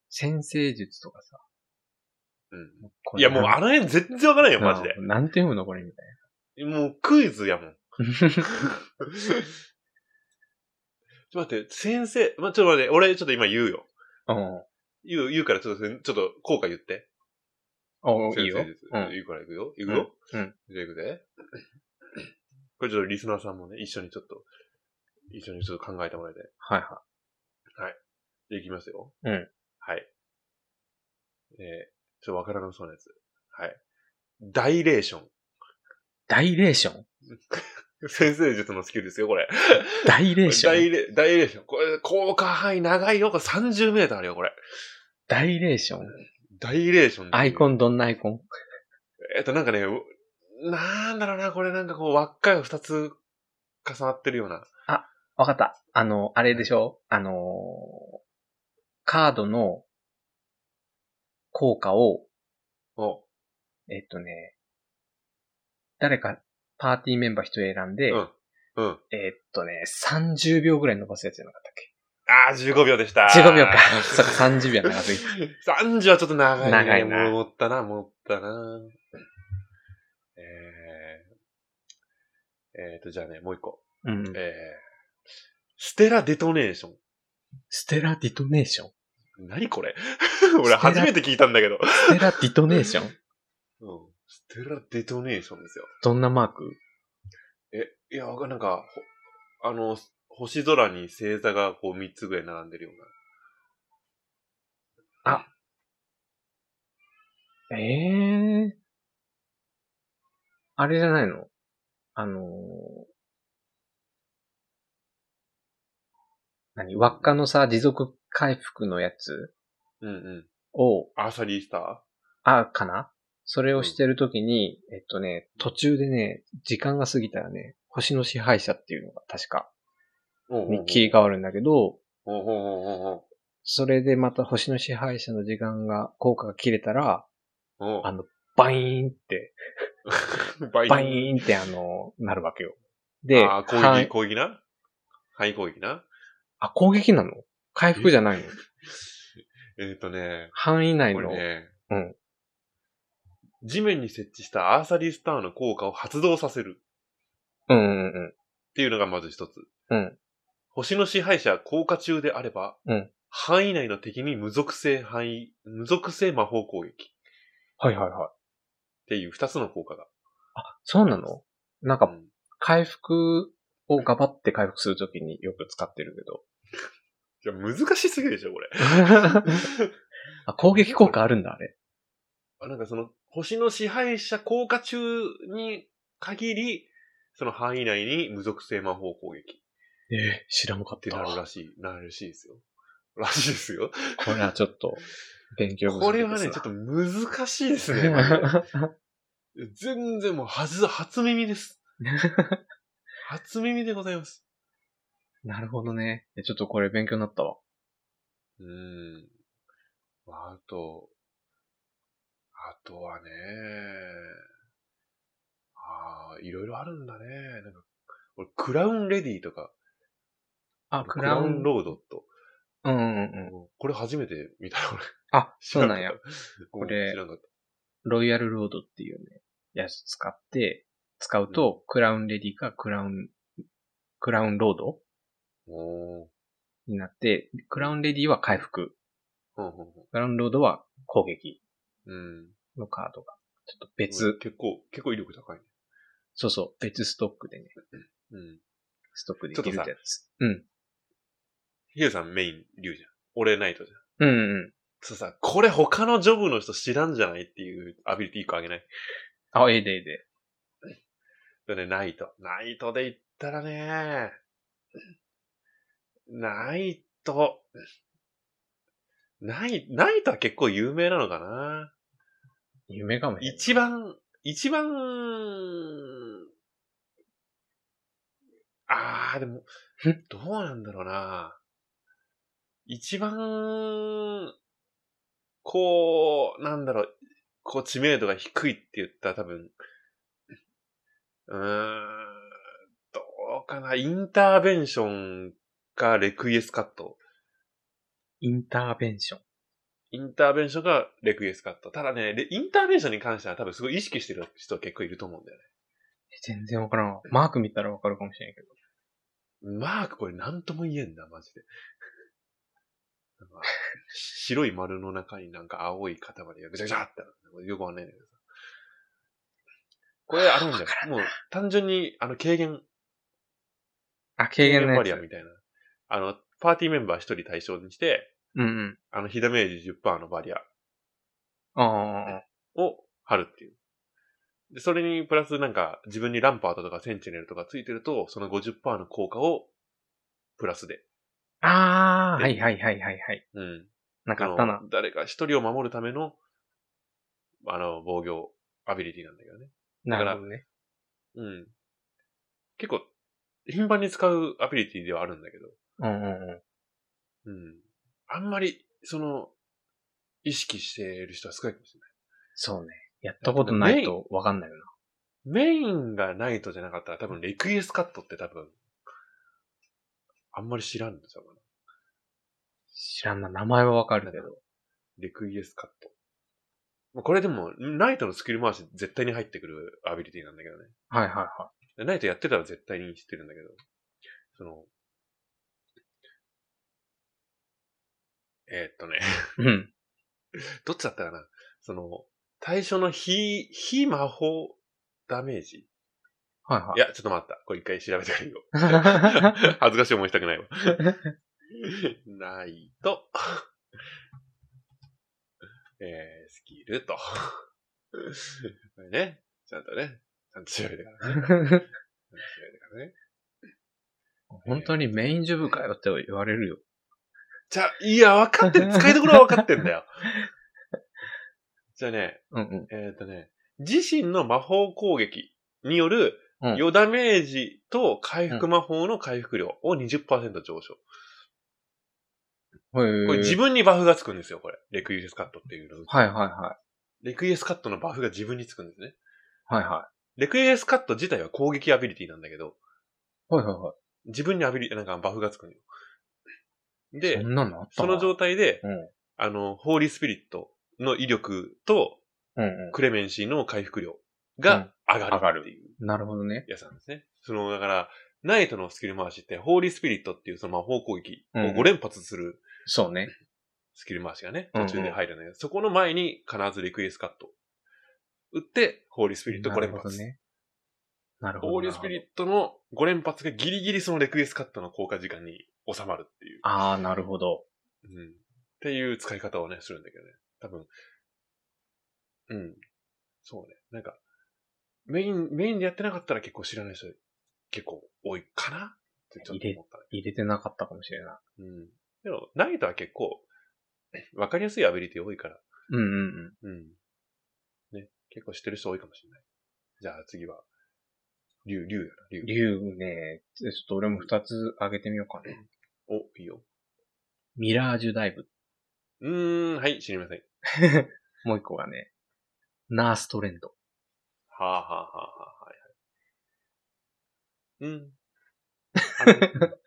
先生術とかさ。うこん。れいや、もうなんあの辺全然わからんよ、マジで。うんなんて読むのこれみたいもうクイズやもん。(laughs) な。ちょっと待って、先生、ま、ちょっと待って、俺ちょっと今言うよ。うん。言う、言うからちょっとせん、ちょっと、効果言って。お先いい生よ。ですうん。言うから行くよ。行くよ。うん。じゃあ行くで。これちょっとリスナーさんもね、一緒にちょっと、一緒にちょっと考えてもらいたい。はいはじゃあ行きますよ。うん。はい。えー、ちょっとわからなそうなやつ。はい。ダイレーション。い。ダイレーション先生術のスキルですよ、これ。ダイレーシダョンイレ、ダイレーション。これ、効果範囲長いよ。これ30メーターあるよ、これ。ダイレーションダイレーション。アイコン。ンどんなアイコンえっと、なんかね、うなんだろうな、これなんかこう、輪っかが2つ重なってるような。わかった。あの、あれでしょあのー、カードの効果を、おえっとね、誰かパーティーメンバー一人選んで、うんうん。えっとね、30秒ぐらい伸ばすやつじゃなかったっけあー、15秒でした。 15秒か (laughs) (laughs) そっか30秒長すぎ30はちょっと長い、ね。長いなもう持ったな、持ったな。えー、えー、と、じゃあね、もう一個。うん。えー、ステラデトネーション。ステラディトネーション何これ (laughs) 俺初めて聞いたんだけど。ステラディトネーションうん。ステラデトネーションですよ。どんなマークえ、いや、わかんなんか、ほあの、星空に星座がこう3つぐらい並んでるようええあれじゃないのあのー何輪っかのさ、持続回復のやつな。うんうん。を、アーサリースターあ、かなそれをしてるときに、えっとね、途中でね、時間が過ぎたらね、星の支配者っていうのが確か、おうおうおうに切り替わるんだけど、おうおうおうおうそれでまた星の支配者の時間が、効果が切れたら、おうあの、バイーンって、バインバイーンってあの、なるわけよ。で、あー攻は撃、い攻撃な範囲攻撃なあ、攻撃なの回復じゃないのえっ、ー、とね、範囲内この、れね、うん地面に設置したアーサリースターの効果を発動させるうんうんっていうのがまず一つ。うん星の支配者は効果中であれば、うん範囲内の敵に無属性範囲、無属性魔法攻撃っうん。はいはいはい。ていう二つの効果が。そうなのなんかう、ん回復をガバって回復するときによく使ってる (laughs) けど。いや、難しすぎるでしょ、これ。あ、攻撃効果あるんだ、あれ。あなんかその、星の支配者効果中に限り、その範囲内に無属性魔法攻撃。ええ知らんかっってたなるらしい、なるらしいですよ。らしいですよ。これはちょっと、勉強これはね、ちょっと難しいです (laughs) ね。マジで全然もう、はず、初耳です。初耳でございます。なるほどね。ちょっとこれ勉強になったわ。うーん。まあ、あと、あとはね、ああ、いろいろあるんだね。なんか、俺、クラウンレディーとか、あ、クラウンロードと、うんうんうん。これ初めて見たよ、俺。あ、そうなんや知ら。かった。これ知らなかった。ロイヤルロードっていうね、やつ使って、使うと、クラウンレディかクラウン、クラウンロードおー。になって、クラウンレディは回復、ほんほんほんクラウンロードは攻撃うん。のカードが、ちょっと別、結構、結構威力高いね。そうそう、別ストックでね、うん。ストックできるってやつ。うん。ヒデさんメイン、竜じゃん。俺ナイトじゃん。うんうん。そうさ、これ他のジョブの人知らんじゃないっていうアビリティ一個あげない。あ、ええでええで。だね、ナイト。ナイトで言ったらね、ナイト。ナイ、ナイトは結構有名なのかな夢かもしれない。一番、一番、あー、でも、どうなんだろうな一番、こう、なんだろう、こう知名度が低いって言ったら多分、うーん、どうかな、インターベンションかレクイエスカット。インターベンション。インターベンションがレクイエスカット。ただね、レインターベンションに関しては多分すごい意識してる人は結構いると思うんだよね。全然わからんわ。マーク見たらわかるかもしれないけど。マークこれなんとも言えんだ、マジで。 (laughs) なんか白い丸の中になんか青い塊がぐちゃぐちゃってある。よくわかんないんだけどさ。これあるんじゃないもう単純に、あの、軽減。あ、軽減のバリアやつ。みたいな。あの、パーティーメンバー一人対象にして、うんうん。あの、火ダメージ10%のバリアああ、を貼るっていう。で、それにプラスなんか自分にランパートとかセンチネルとかついてると、その50%の効果をプラスで。ああ、はいはいはいはいはい。うん。なんかあったな。あの誰か一人を守るための、あの、防御アビリティなんだけどね。なからるほどね。うん。結構、頻繁に使うアビリティではあるんだけど。うんうんうん。うん。あんまり、その、意識してる人は少ないかもしれない。そうね。やったことないとわかんないよな。メインがナイトじゃなかったら多分レクイエスカットって多分、あんまり知らんのちゃうかな。知らんな。名前はわかるけど。レクイエスカット。まあこれでも、ナイトのスキル回し絶対に入ってくるアビリティなんだけどね。はいはいはでナイトやってたら絶対に知ってるんだけど、その、えーっとね、 (laughs) い。うん。どっちだったかなその、対象の非、非魔法ダメージはいはいや、ちょっと待った。これ一回調べてからいいよ。 (laughs) い。 (laughs) 恥ずかしい思いしたくないわ。ないと、 (laughs) えー、スキルと。 (laughs) これね、ちゃんとね、ちゃんと調べてからね。ちゃんと調べてからね。本当にメインジョブかよって言われるよ。じゃあ、いや、分 (laughs) かってる。使いどころは分かってんだよ。じゃあね、うんうん。えっ、とね、自身の魔法攻撃によるうん余ダメージと回復魔法の回復量を20%上昇。ここれ自分にバフがつくんですよ、これ。レクイエスカットっていうの。はいはいはレクイエスカットのバフが自分につくんですね。い。はいはレクイエスカット自体は攻撃アビリティなんだけど、い。はいはいは自分にアビリ、なんかバフがつくのよ。い。でそ、んなのあったそわの状態で、うんあの、ホーリースピリットの威力とうんう。クレメンシーの回復量が上がるっていうんなるほどね。やつなんですね。その、だから、ナイトのスキル回しって、ホーリースピリットっていうその魔法攻撃をうん5連発するそうね。スキル回しがね、うんうん途中で入るんだけど、そこの前に必ずリクエスカット。打って、ホーリースピリット5なる連ほど発。ね。なるほど。ホーリースピリットの5連発がギリギリそのレクエスカットの効果時間に収まるっていう。ああ、なるほど。うん。っていう使い方をね、するんだけどね。多分。うん。そうね。なんか、メイン、メインでやってなかったら結構知らない人結構多いかなってちょっと思ったね。入れてなかったかもしれなうい。ん。でも、ナイトは結構、わかりやすいアビリティ多いから。うんうんうん。うん。ね。結構知ってる人多いかもしれない。じゃあ次は、竜、竜やな、竜。竜ね、ちょっと俺も二つ上げてみようかな。お、いいよ。ミラージュダイブ。うーん、はい、知りません。もう一個がね、ナーストレンド。はあ、はあはあはあ、はいはい。うん。あれね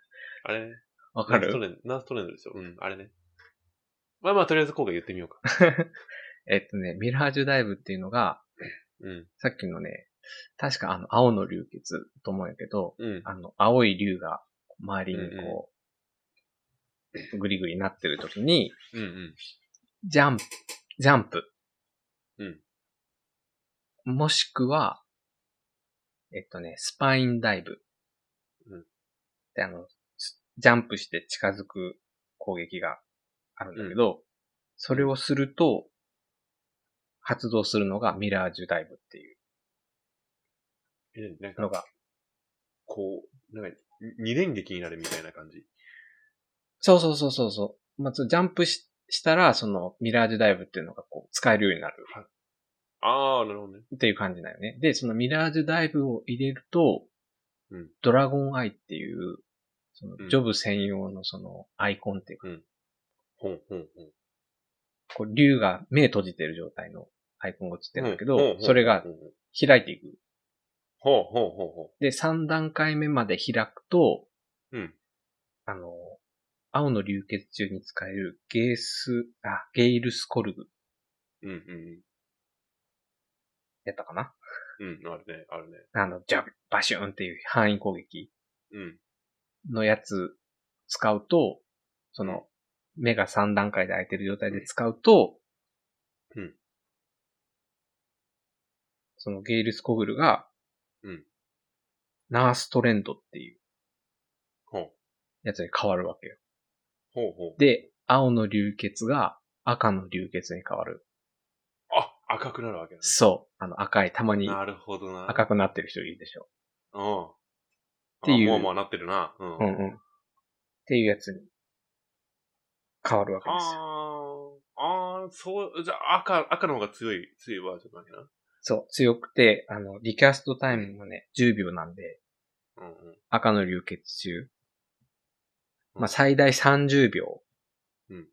あれね。わかナーストるレンド、ナーストレンドですよ。うん、あれね。まあまあ、とりあえず今回言ってみようか。えっとね、ミラージュダイブっていうのが、うん。さっきのね、確かあの、青の流血と思うんやけど、うん。あの、青い竜が周りにうんこう、グリグリなってる時に、うんうん。ジャンプ、ジャンプ。うんもしくは、えっとね、スパインダイブ。うんで、あの、スジャンプして近づく攻撃があるんだけど、それをすると、発動するのがミラージュダイブっていうえ、なんのか、が、こう、なんか、に二連撃になるみたいな感じ。そうそうそうそうそう。まずジャンプししたら、そのミラージュダイブっていうのがこう使えるようになるああ、なるほどね。っていう感じだよね。で、そのミラージュダイブを入れると、うんドラゴンアイっていう、そのうんジョブ専用のそのアイコンっていうか、ほんほんほん。こう竜が目閉じてる状態のアイコンが映ってるんだけど、うんほうほうそれがほうほう開いていく。ほうほうほうほで、3段階目まで開くと、うんあの、青の流血中に使えるゲース、あ、ゲイルスコルグう。うんうんやったかなうん。うん、あるね、あるね。あの、ジャブ、バシューンっていう範囲攻撃うん。のやつ使うと、その、目が3段階で開いてる状態で使うと、うんそのゲイルスコグルが、うんナーストレンドっていうほう。やつに変わるわけよ。ほうほう。で、青の流血が赤の流血に変わる。あ、赤くなるわけね。そう。あの赤い、たまになるほどな。赤くなってる人いるでしょ。うん。あていうもうもうなってるな。うん。うんうん。っていうやつに変わるわけですよ。ああ、ああ、そう、じゃあ赤、赤の方が強い、強いバージョンなわけな。そう、強くて、あの、リキャストタイムもね、10秒なんで、うんうん。赤の流血中。うんまあ、最大30秒。うん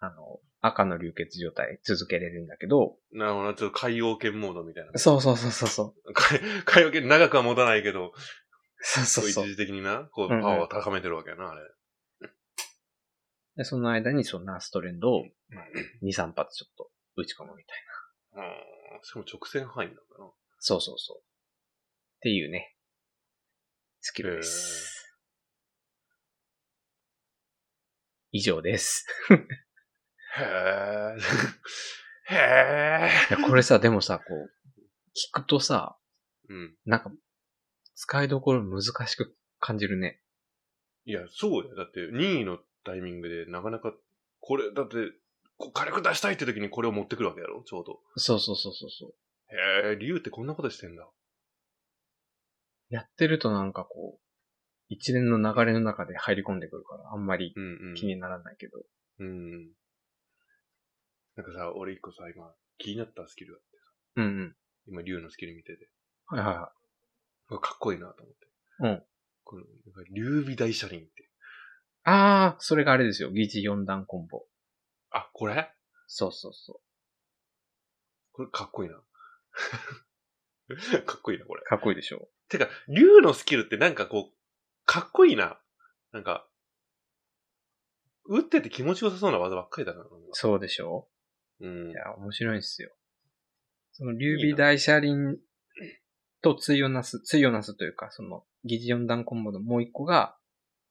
あの、赤の流血状態続けれるんだけど、なるほどな、ちょっと海洋圏モードみたいな。そうそうそうそうそう。海 (laughs) 海洋圏長くは持たないけど、そうそうこそう一時的にな、こう、うパんうんワーを高めてるわけやな、あれ。で、その間にそのナーストレンドを2、3発ちょっと打ち込むみたいな。うん。しかも直線範囲なんだな。そうそうそう。っていうね、スキルです。以上です。へえ。へえ。いや、これさ、でもさ、こう、聞くとさ、うん。なんか、使いどころ難しく感じるね。いや、そうや。だって、任意のタイミングで、なかなか、これ、だって、こ火力出したいって時にこれを持ってくるわけやろちょうど。そうそうそうそうそう。へえ、理由ってこんなことしてんだ。やってるとなんかこう、一連の流れの中で入り込んでくるから、あんまりうんうん。気にならないけど。うん。なんかさ、俺一個さ、今、気になったスキルがあって、うんうん。今、竜のスキル見てて、はいはいはうわかっこいいなと思って。うん。この、なんか竜美大車輪って。い。あー、それがあれですよ。ギーチ4段コンボ。あ、これそうそうそこれかっこいいな。 (laughs) かっこいいな、これう。。かっこいいでしょ。てか、竜のスキルってなんかこう、かっこいいな。なんか、打ってて気持ちよさそうな技ばっかりだな。なんかそうでしょうんい。や、面白いんすよ。その、劉備大車輪と対をなす、対をなすというか、その、疑似四段コンボのもう一個が、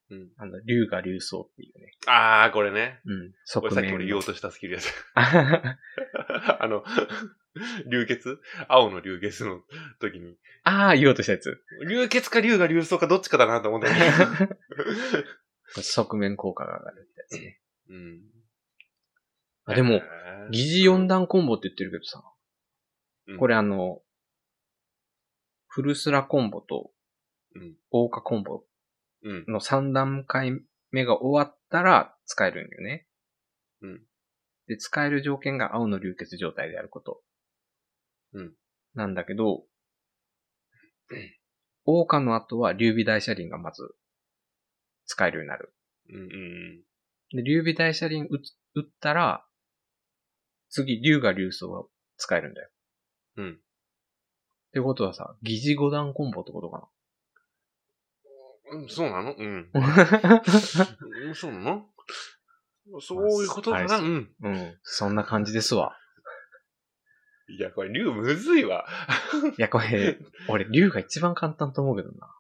うんあの、竜が竜装っていうね。あー、これね。うん。これ側さっき俺面言おのう。としたスキルやつ。あ (laughs) あの、流血青の流血の時に。 (laughs) あー、言おうとしたやつ。 (laughs) 流血か流が流走かどっちかだなと思ったんだけど側面効果が上がるってやつね。うん。あでも、疑似四段コンボって言ってるけどさ、うんこれあの、フルスラコンボとうん、豪華コンボうん。の3段階目が終わったら使えるんだよね。うんで、使える条件が青の流血状態であること。うんなんだ (clears throat) けど、王家の後は劉備大車輪がまず使えるようになる。うん。うん。で、劉備大車輪打つ打ったら、次、竜が竜層が使えるんだよ。うん。ってことはさ、疑似五段コンボってことかうん、そうなのうん。なうんそうなのそういうことかまあなうん。うん。そんな感じですわ。いや、これ、竜むずいわ。いや、これ、俺、竜が一番簡単と思うけどな。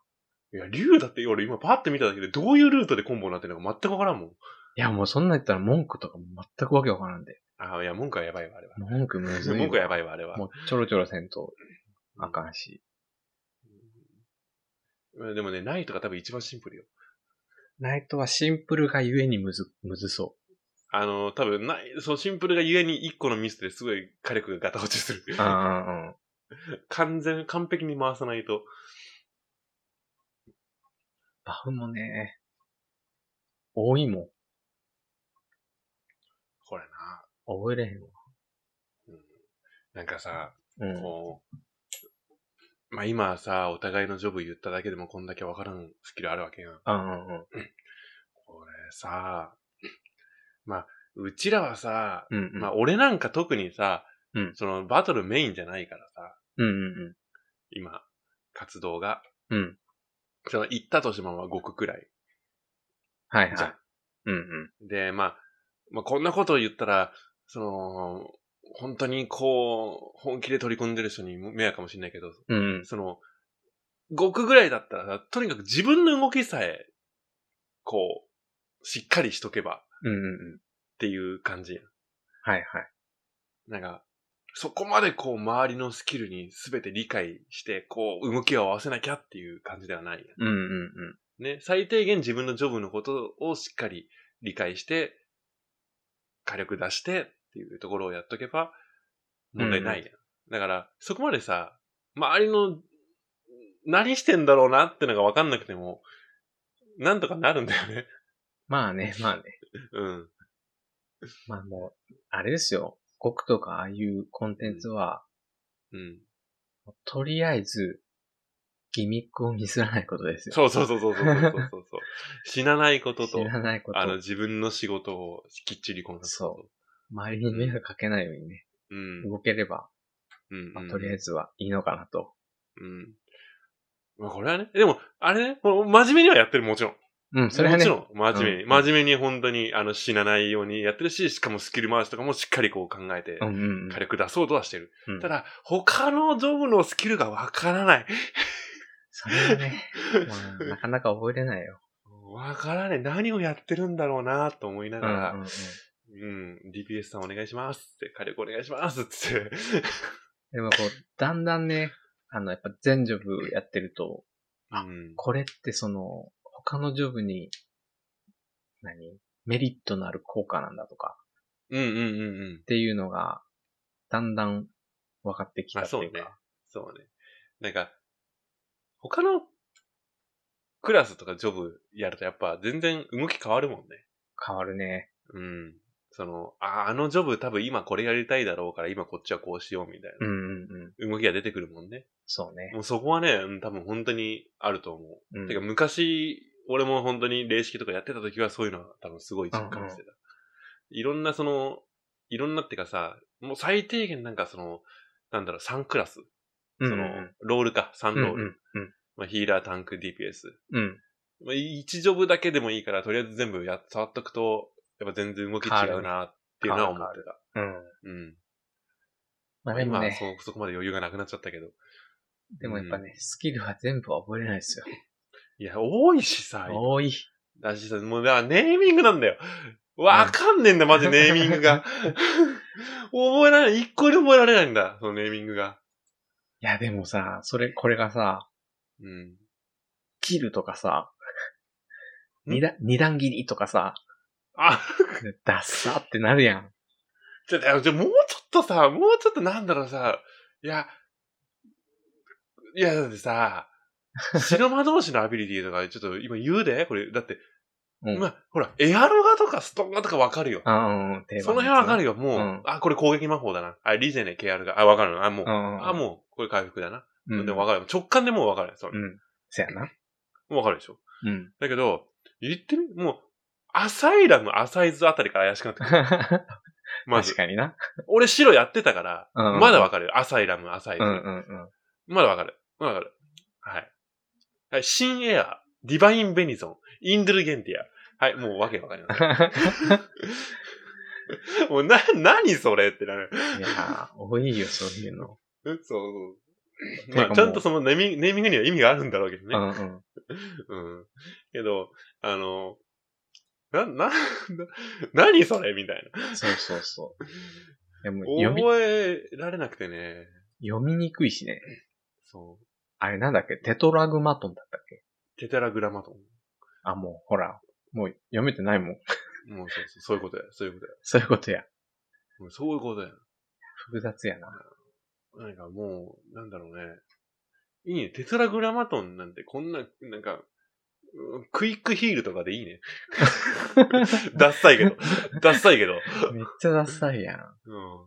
いや、竜だって、俺今パッて見ただけで、どういうルートでコンボになってるのか全くわからんもん。いや、もうそんなん言ったら文句とか全くわけわからんで。ああ、いや、文句はやばいわ、あれは。文句むずい。文句はやばいわ、あれは。もうちょろちょろせんと、あかんし。うんでもね、ナイトが多分一番シンプルよ。ナイトはシンプルがゆえにむず、むずそあの、多分ない、そう、シンプルがゆえに一個のミスですごい火力がガタ落ちする。う。ああ、うん。完全、完璧に回さないと。バフもね、多いもん。覚えれへんわ。なんかさ、うん。こう、まあ今さ、お互いのジョブ言っただけでもこんだけわからんスキルあるわけやん。あうんうんこれさ、まあ、うちらはさ、うん。うん。まあ、俺なんか特にさ、うんそのバトルメインじゃないからさ、うんうん今、活動が。うん。うん。その行ったとしてもまあ5区くらいはいはじゃんい。。うんうん。で、まあ、まあこんなことを言ったら、その、本当にこう、本気で取り組んでる人に迷惑かもしれないけど、うんうん。その、5区ぐらいだったらさ、とにかく自分の動きさえ、こう、しっかりしとけばっうんうんうん。ていう感じやん。はいはい。なんか、そこまでこう、周りのスキルに全て理解して、こう、動きを合わせなきゃっていう感じではないやん。うんうんうん。ね、最低限自分のジョブのことをしっかり理解して、火力出してっていうところをやっとけば問題ないやん。だから、そこまでさ、周りの何してんだろうなってのがわかんなくても、なんとかなるんだよね。 (laughs) まあね、まあね。うん。まあもう、あれですよ。国とかああいうコンテンツは、うん。とりあえず、ギミックをミスらないことですよ。そうそうそうそうそうそうそう (laughs) そう。死なないことと知、らないこと。あの、自分の仕事をきっちりこなすこと。周りに迷惑かけないようにね、うん。動ければ、うん。まうあ、んとりあえずはいいのかなと。うん。まあこれはね、でも、あれね、これ真面目にはやってる、もちろん。うん、それはもねち、ろん、真面目に。うん真面目に本当に、あの、死なないようにやってるし、しかもスキル回しとかもしっかりこう考えてう、んうん火力出そうとはしてる。うん。た、だ、他のジョブのスキルがわからない。それは (laughs) ね、まあ、なかなか覚えれないよ。わからない。何をやってるんだろうなと思いなうがら、んうんうんうん、DPS さんお願いしますって、火力お願いしますって。でもこう、だんだんね、あの、やっぱ全ジョブやってると、うん。これってその、他のジョブに、何メリットのある効果なんだとか、うんうんうんうんっ。ていうのが、だんだん分かってきたまあってそういねうか。。そうね。なんか、他のクラスとかジョブやるとやっぱ全然動き変わるもんね。変わるね。うん。その、あ、あのジョブ多分今これやりたいだろうから今こっちはこうしようみたいうんうんうん。な動きが出てくるもんね。そうね。もうそこはね、うん多分本当にあると思うう。んてか昔、俺も本当に霊式とかやってた時はそういうのは多分すごい実感してた。いろんなその、いろんなってかさ、もう最低限なんかその、なんだろう、3クラス。うんその、ロールか、3うんロール。うんうんまあ、ヒーラー、タンク、DPS。うん。まあ、1ジョブだけでもいいから、とりあえず全部やっ触っとくと、やっぱ全然動き違うなっていうのは思ってた。うん。うん。ままああでも今はね、そ、そこまで余裕がなくなっちゃったけど。でもやっぱね、スキルは全部は覚えれないですよ。いや、多いしさ、多い。だしさ、もう、だからネーミングなんだよ。わかんねえんだ、マジネーミングが。 (laughs) 覚えられない。一個でも覚えられないんだ、そのネーミングが。いやでもさ、それ、これがさ、うん。キルとかさ、ん二段、二段切りとかさ、あ、ダッサってなるやん。ちょ、じゃあじゃあもうちょっとさ、もうちょっとなんだろうさ、いや、いや、だって (laughs) さ、白魔同士のアビリティとか、ちょっと今言うでこれ、だって、うんまあ、ほら、エアロガとかストンガとかわかるよ。あうんうん、定その辺わかるよ。よ、もう。うんあ、これ攻撃魔法だな。あ、リゼネ、ケアルが。あ、わかるの。あ、もう。うん。あ、もう、これ回復だな。うん。うん。でもわかる。直感でもうわかる。それ。うん。そやな。もうわかるでしょ。うん。 (laughs) だけど、言ってみもう、アサイラム、アサイズあたりから怪しくなってくる。まず確。かにな。俺白やってたから、うんまだわかるよ。アサイラム、アサイズ。うんうんうん。まだわかる。まだわかる。はい。はい、シンエア、ディバインベニゾン、インドゥルゲンティア。はい、もうわけわかりません。 (laughs) もうな、何それってなる。いやー、多いよ、そういうの。そうそう。てまかもあ、うちゃんとそのネーミングネーミングには意味があるんだろうけどう (laughs) ね。んうん。うん。けど、あの、な、な、な (laughs) 何それみたいな。そうそうそう。でも読み、覚えられなくてね。読みにくいしね。そう。あれなんだっけテトラグマトンだったっけテテラグラマトン。あ、もう、ほら。もう読めてないもん。もうそうそう、そういうことや、そういうことや。そういうことや。もうそういうことや。複雑やな。なんかもう、なんだろうね。いいね。テトラグラマトンなんてこんな、なんか、うんクイックヒールとかでいい (laughs) ね。ダッサいけど。ダッサいけど。めっちゃダサいやん。うん。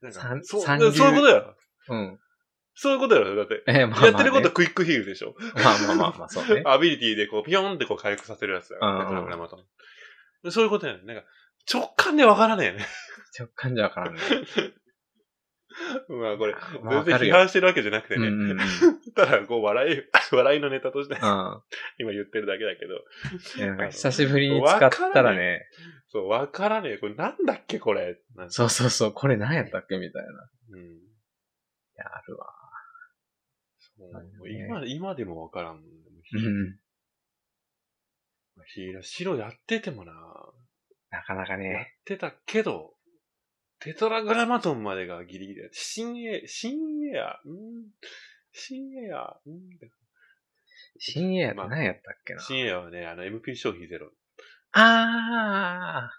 なんか三、そう三そう流いうことやろ。うん。そういうことやろ、だって。えー、まあまあ、ね。やってることクイックヒールでしょ。まあまあまあまあ、そうね。アビリティでこう、ピヨンってこう回復させるやつだから、うんうん中村元のでそういうことやね。なんか、直感でわからねえよ (laughs) ね。直感じゃ (laughs) わからんね。まあこれ、まあわ全然かる批よ判してるわけじゃなくてうんね。うんうん。ただ、こう、笑い、 (laughs) 笑いのネタとしてうん今言ってるだけだけど。いや。なんか久しぶりに使ったらね、そう、わからねえ。これなんだっけ、これ。なんかそうそうそう、これ何やったっけみたいな。いうん。や、あるわ。そうなんだもうね今、今でもわからんもん。うん。ヒーラ、白やっててもな、なかなかやっね。てたけど、テトラグラマトンまでがギリギリだ。新エ、新エア、うん新エア、うん深夜やった何やったっけな。新エアはね、あの、MP 消費ゼロ。ああ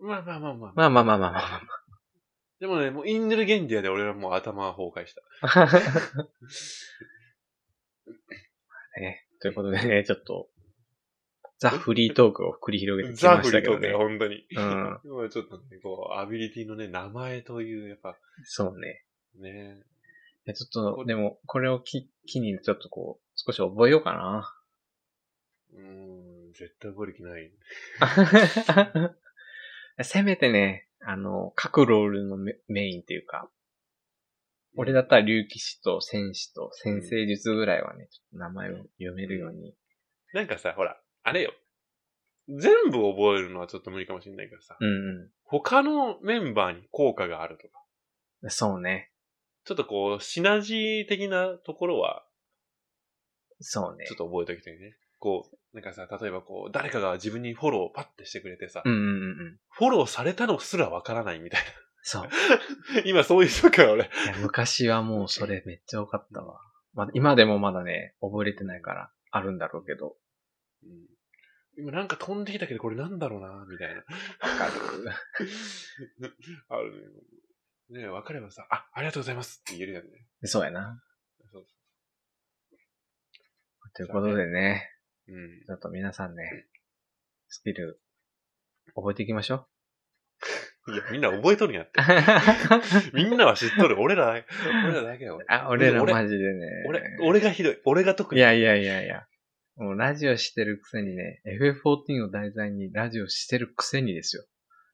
まあまあまあまあ。まあまあまあまあまあでもね、もうインヌルゲンディアで俺はもう頭は崩壊した。まあ。ね、ということでね、ちょっと、ザ・フリートークを繰り広げてきザまフしリたーけとどかねよ、。本当に。う (laughs) ん。でもちょっとね、こう、アビリティのね、名前という、やっぱ、そうね。ね、いやちょっと、でも、これをき、機に、ちょっとこう、少し覚えようかな。 (laughs) うーん、絶対覚える気ない。せめてね、あの、各ロールのメメインっていうか、俺だったら竜騎士と戦士と先生術ぐらいはね、ちょっと名前を読めるように。なんかさ、ほら、あれよ。全部覚えるのはちょっと無理かもしれないけどさ、うんう他のメンバーに効果があるとか、ん。そうね。ちょっとこう、シナジー的なところは、そうねちょ。っと覚えておきたいね。こう、なんかさ、例えばこう、誰かが自分にフォローをパッてしてくれてさ、うんうんうんうん。フォローされたのすらわからないみたいそう。な。 (laughs) 今そういう人か、俺。いや昔はもうそれめっちゃ多かったわ。まあ、今でもまだね、覚えれてないから、あるんだろうけど。うん今なんか飛んできたけど、これなんだろうな、みたいな。わかる。 (laughs) あるね。ねわかればさ、あ、ありがとうございますって言えるやんね。そうやな。そうということでね、うん。ちょっと皆さんね、スキル、覚えていきまし (laughs) ょいや、みんな覚えとるんやって (laughs) う。。みんなは知っとる。俺ら、俺らだけよ。あ、俺ら俺マジでね。俺、俺がひどい。俺が特いに。やいやいやいや。もうラジオしてるくせにね、FF14 を題材にラジオしてるくせにですよ。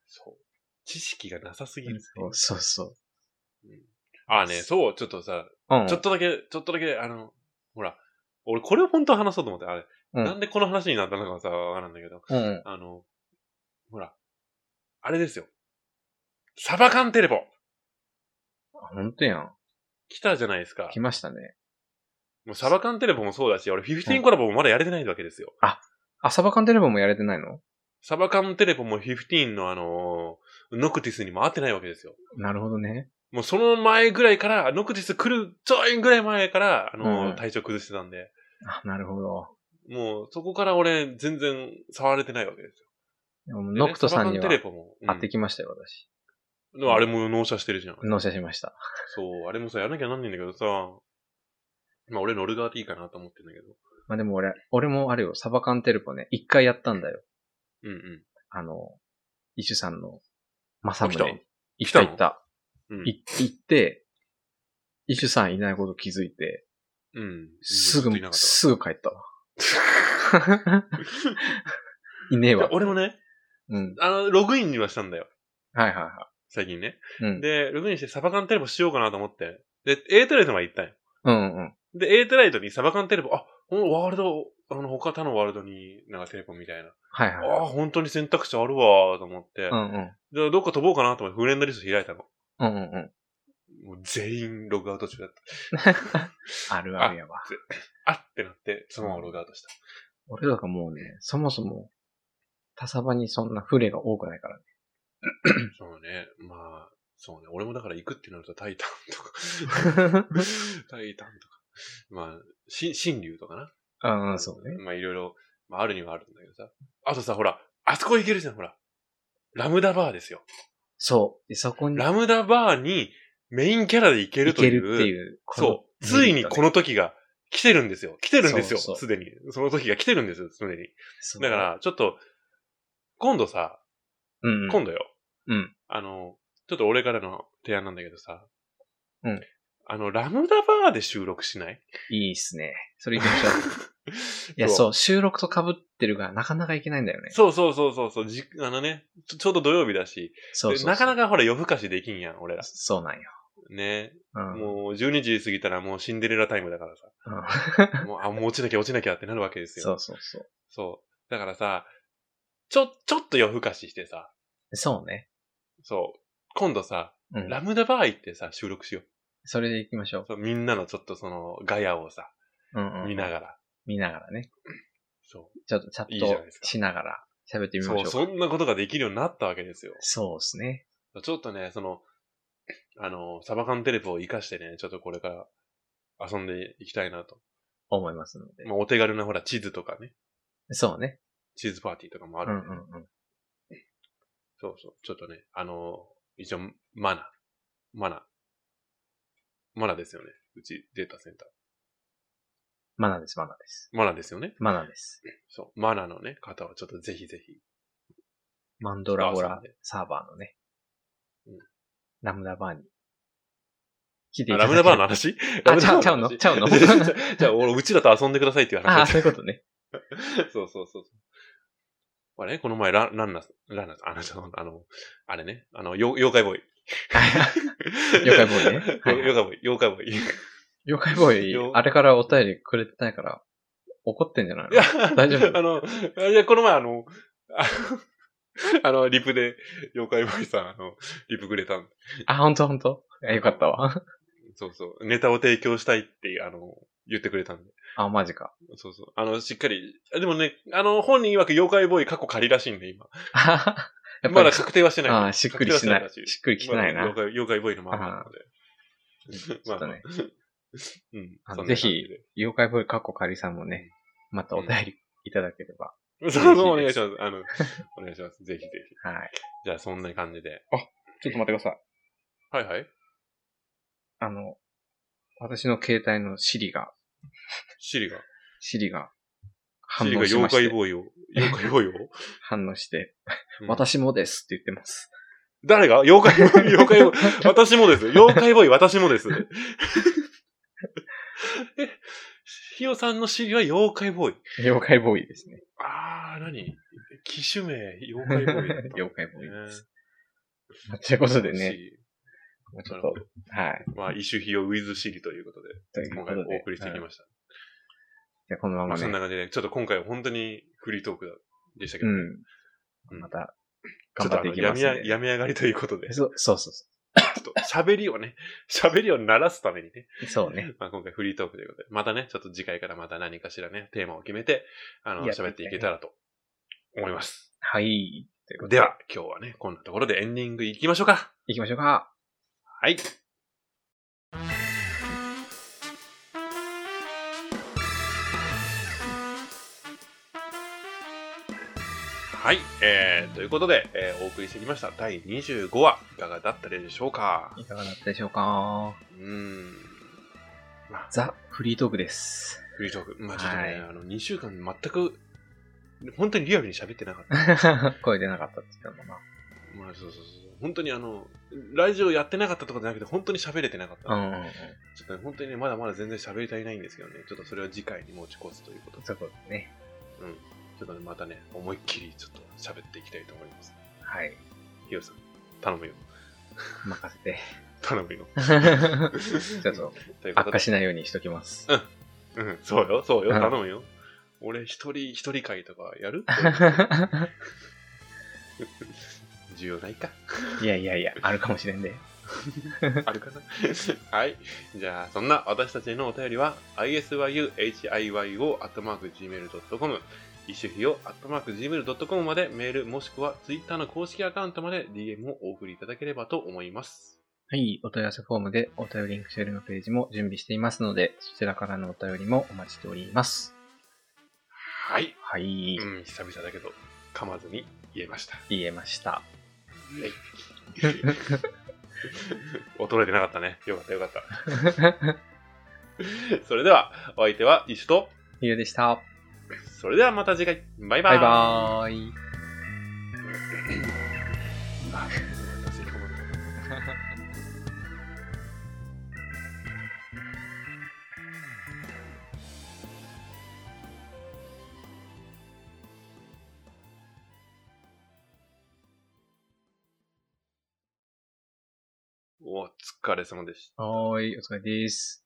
そう。知識がなさすぎる。そうそうそあ、ね、そう、ちょっとさ、う。うん。ちょっとだけ、ちょっとだけ、あの、ほら、俺これを本当は話そうと思って、あれ、うんなんでこの話になったのかさ、わからんだけど、うん。あの、ほら、あれですよ。サバ缶テレポほんとやん。来たじゃないですか来。ましたね。もうサバ缶テレポもそうだし、俺15コラボもまだやれてないわけですよ。あ、サバ缶テレビもやれてないのサバ缶テレポも15のあのーノクティスにも合ってないわけですよ。なるほどね。もうその前ぐらいから、ノクティス来るちょいぐらい前から、あのーうん体調崩してたんで、あ、なるほど。もうそこから俺全然触れてないわけですよ。でもノクトさんにはサバ缶テレポも。うん会ってきましたよ、私。でもあれも納車してるじゃん。納車しました。そう、あれもさ、やらなきゃなんないんだけどさ、まあ俺乗る側でいいかなと思ってんだけど。まあでも俺、俺もあれよ、サバ缶テレポね、一回やったんだよ。うんうん。あの、イシュさんの、まさむあ来たね。行来ったたの行った。うんい行って、イシュさんいないこと気づいて、うん。すぐずっといなか、ったすぐ帰っ (laughs) たわ。いねえわわ。俺もね、うん。あの、ログインにはしたんだよ。はいはいは最近ね。い。うん。で、ログインしてサバ缶テレポしようかなと思って。で、エイトライトまで行ったんよ。うんうん。で、エイトライトにサバ缶テレポ、あ、このワールド、あの、他他のワールドになんかテレポみたいな。はいはいはい。ああ、本当に選択肢あるわーと思って。うんうん。で、どっか飛ぼうかなと思ってフレンドリスト開いたの。うんうんうん。もう全員ログアウト中だった。あるあるやわ。あってなって、そのままログアウトした。俺とかもうね、そもそも、タサバにそんなフレが多くないからね。そうね。まあ、そうね。俺もだから行くってなるとタイタンとか。 (laughs) タイタンとか。まあ、し、神竜とかな。うん、そうね。まあ、いろいろ、まあ、あるにはあるんだけどさ。あとさ、ほら、あそこ行けるじゃん、ほら。ラムダバーですよ。そう。で、そこにラムダバーにメインキャラで行ける行といけう。るっていう。そう。ついにこの時が来てるんですよ。来てるんですよ、そうそうすでに。その時が来てるんですよ、すでに。そうだか、ら、ちょっと、今度さ、うん、うん。今度よ。うん。あの、ちょっと俺からの提案なんだけどさ。うん。あの、ラムダバーで収録しないいいっすね。それ行きましょう。 (laughs) いや、そうそう、収録と被ってるから、なかなかいけないんだよね。そうそうそうそうそうじ、あのねちょ、ちょうど土曜日だし、そうそうでなかなか。かほら夜更かしできんやん、俺ら。そうなんよ。ね、うん。もう12時過ぎたらもうシンデレラタイムだからさ。うん (laughs) もう、あ、もう落ちなきゃ落ちなきゃってなるわけですよ。そうそうそう。そう。だからさ、ちょ、ちょっと夜更かししてさ、そうね。そう。今度さ、うん。ラムダバー行ってさ、収録しよう。それで行きましょう。そうみんなのちょっとその、ガヤをさ、うんうん。見なら。がら。見ながらね。そちょっとチャいッいじゃないトですかしながら喋ってう。みまそしょうう、か。そんなことができるようになったわけですよ。そうですね。ちょっとね、その、あの、サバ缶テレポを活かしてね、ちょっとこれから遊んでいきたいなと。思いますので。まあ、お手軽なほら、地図とかね、そうね。地図パーティーとかもあうる。んうんうん。そうそう。ちょっとね、あの、一応、マナ。マナ。マナですよね。うち、データセンター。マナです、マナです。マナですよね。マナです。そう。マナのね、方はちょっとぜひぜひ。マンドラゴあそラうねサーバーのねうん。ラムダバーに。来てあいただラムダけバーの話あ、ちゃう、ちゃうのちゃうの (laughs) じゃあ、俺、うちだと遊んでくださいっていうああ、話。そういうことね。そうそうそうそう。まあね、この前、ラランナ、ランナ、あの、ちょあの、あれね、あの、よ妖怪ボーイ。 (laughs) 妖怪ボーイねはいはい (laughs) 妖怪ボーイ、妖怪ボーイ。妖怪ボーイよ、あれからお便りくれてないから、怒ってんじゃないいやの、 (laughs) 大丈夫あの、いや、この前あの、 (laughs) あの、あのリプで、妖怪ボーイさん、あの、リプくれたんあ、ほんとほんとえ、よかったわ。そうそう。ネタを提供したいって、あの、言ってくれたんで。あ、マジか。 (laughs) そうそう。あの、しっかり。あでもね、あの、本人曰く妖怪ボーイ過去仮らしいんで、今。あははやっぱまりだ、確定はしてない。あーしっくりしな確定はいてらししっくりきてないなまだ妖怪妖怪ボーイのままなので。ちょっとね、うんあのそんな感じで妖怪ボーイカッコカリさんもね、またお便りいただければ。 (laughs) そうそう、お願いします。あの、お願いします。ぜひぜひ。はい。じゃあ、そんな感じで。ちょっと待ってください。はいはい。あの、私の携帯のシリが、シリが、シリがシ反リが応しま妖し怪てボーイを、妖怪ボーイを、反応して、うん私もですって言ってます。 (laughs) 誰が妖怪ボーイ、妖怪ボーイ、私もです。妖怪ボーイ、私も (laughs) です。え、ひよさんのシリは妖怪ボーイ。妖怪ボーイですね。あー、なに機種名、妖怪ボーイだったんだね、妖怪ボーイです。ということでシね、リ。もうちょっと、はい。まあ、イシュヒヨウィズシリということで、という今こ回おとで、送りしてきはいました。じゃあこのまままあ、そんね、な感じで、ちょっと今回は本当にフリートークでしたけうど、ん。また、頑張っていきちょっまとすあの病んみで。や病み上がりという (laughs) ことで、ちょそうそうそうそっと喋りをね、 (laughs) 喋りを鳴らすためにね、う。そうね。まあ、今回フリートークということで、またね、ちょっと次回からまた何かしらね、テーマを決めて、あの、やっていきたいね喋っていけたらと思います。はい。ということで、では、今日はね、こんなところでエンディングいきましょうか。行きましょうか。はい。はい、えー、ということで、えーお送りしてきました第25話、いかがだったでしょうかいかがだったでしょうかうーん。まあ、ザ・フリートークです。 (laughs) フリートーク。まあ、ちょっとね、はいあの、2週間全く、本当にリアルに喋ってなか (laughs) った。声出なかったって言ったのかまあ、そうそうそう。本当にあの、ラジオやってなかったとかじゃなくて、本当に喋れてなかった。な。うんうんうん。ちょっとね、本当にね、まだまだ全然喋り足りないんですけどね、ちょっとそれは次回に持ち越すということで、そういうことね。うん。ちょっとね、またね、思いっきりちょっと喋っていきたいと思います。はい。ひよさん、頼むよ。任せて。 (laughs) 頼むよ。ちょっと、というこ悪とで。化しないようにしときます。うん、そうよ、そうよ、うん頼むよ。俺一人、一人会とかや (laughs) る需要ないか。 (laughs) いやいやいや、あるかもしれんで。あるかな (laughs) はい。じゃあ、そんな私たちへのお便りは、isyuhiyyo.gmail.com、一種費用 .gmail.com までメールもしくは Twitter の公式アカウントまで DM をお送りいただければと思います。はい、お問い合わせフォームでお便りリンクシェルのページも準備していますので、そちらからのお便りもお待ちしております。はい。はい、うん、久々だけど、噛まずに言えました。言えま (laughs) した。はい (laughs) 衰えてなかったね。よかったよかった。それでは、お相手は、一緒と、ヒデでした。それではまた次回、バイババーイイ。バあーイ。私今日もお疲れ様でした。はーい、お疲れです。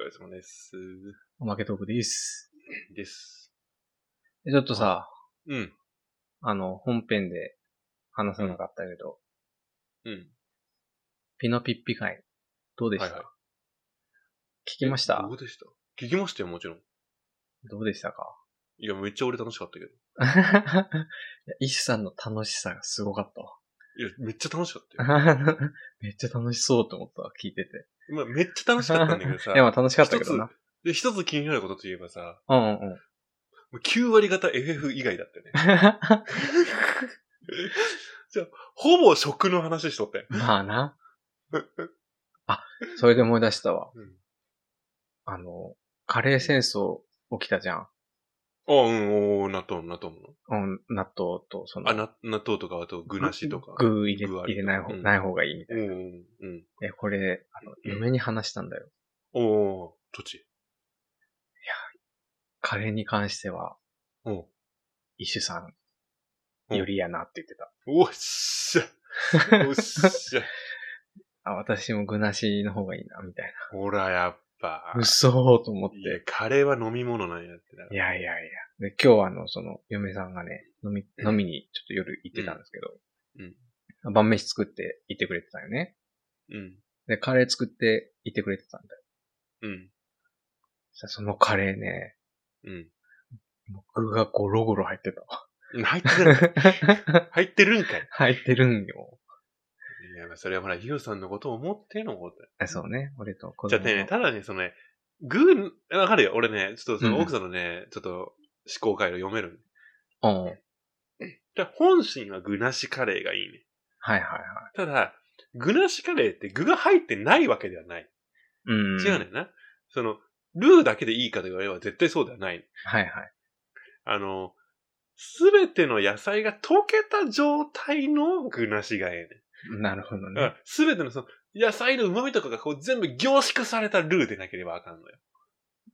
お疲れ様です。おまけトークです。です。ちょっとさ、うん。あの、本編で話さなかったけど、うん。ピノピッピ会、どうでした、はいはい聞きましたどうでした聞きましたよ、もちろん。どうでしたか (laughs) いや、めっちゃ俺楽しかったけど。いやイシュさんの楽しさがすごかったわ。いや、めっちゃ楽しかったよ。 (laughs) めっちゃ楽しそうと思ったわ、聞いてて。今めっちゃ楽しかったんだけどさ。 (laughs) いや、まあ楽しかったけどな。で、一つ気になることといえばさ、うんうんうん。 (laughs) もう9割型 FF 以外だったよね。ほぼ食の話しとったよ。まあな。あ、それで思い出したわ。うん。あの、カレー戦争起きたじゃん。あ、うん、おー納豆、納豆もうん、納豆とそのの。あ、、な、納豆とか、あと、具なしとか。具入れ、具あ入りれない方、うんない方がいいみたういな。ん、うん。え、これ、あの、嫁に話したんだよ。おー、土地。カレーに関しては、うん。イシュさうん、んよりやなって言ってた。おっしゃ。おっしゃ。あ、私も具なしの方がいいな、みたいほら、やっぱな。。 (laughs) 嘘ーと思っいやて。、カレーは飲み物なんやってな。いやいやいや。で、今日はあの、その、嫁さんがね、飲み、うん飲みにちょっと夜行ってたんですけど、うん晩飯作って行ってくれてたよね。うん。で、カレー作って行ってくれてたんだよ。うん。さそのカレーね、うん。もう具がゴロゴロ入っ (laughs) てたわ。入ってるんかい。入ってるんかい。入ってるんよ。いや、まあそれはほら、ヒロさんのことを思ってのことやあそうね、俺と子じゃ供あの。ね、ただね、そのね、グー、わかるよ。俺ね、ちょっとそうんの奥さんのね、ちょっと思考回路読める。うん。はいじゃあ本心は具なしカレーがいいね。はいはい。ただ、具なしカレーって具が入ってないわけではない。うん。違うねんな。その、ルーだけでいいかと言われれば絶対そうではない。はいはい。あの、すべての野菜が溶けた状態の具なしがえなるほどえねね。。すべてのその、野菜の旨味とかがこう全部凝縮されたルーでなければあかんのよ。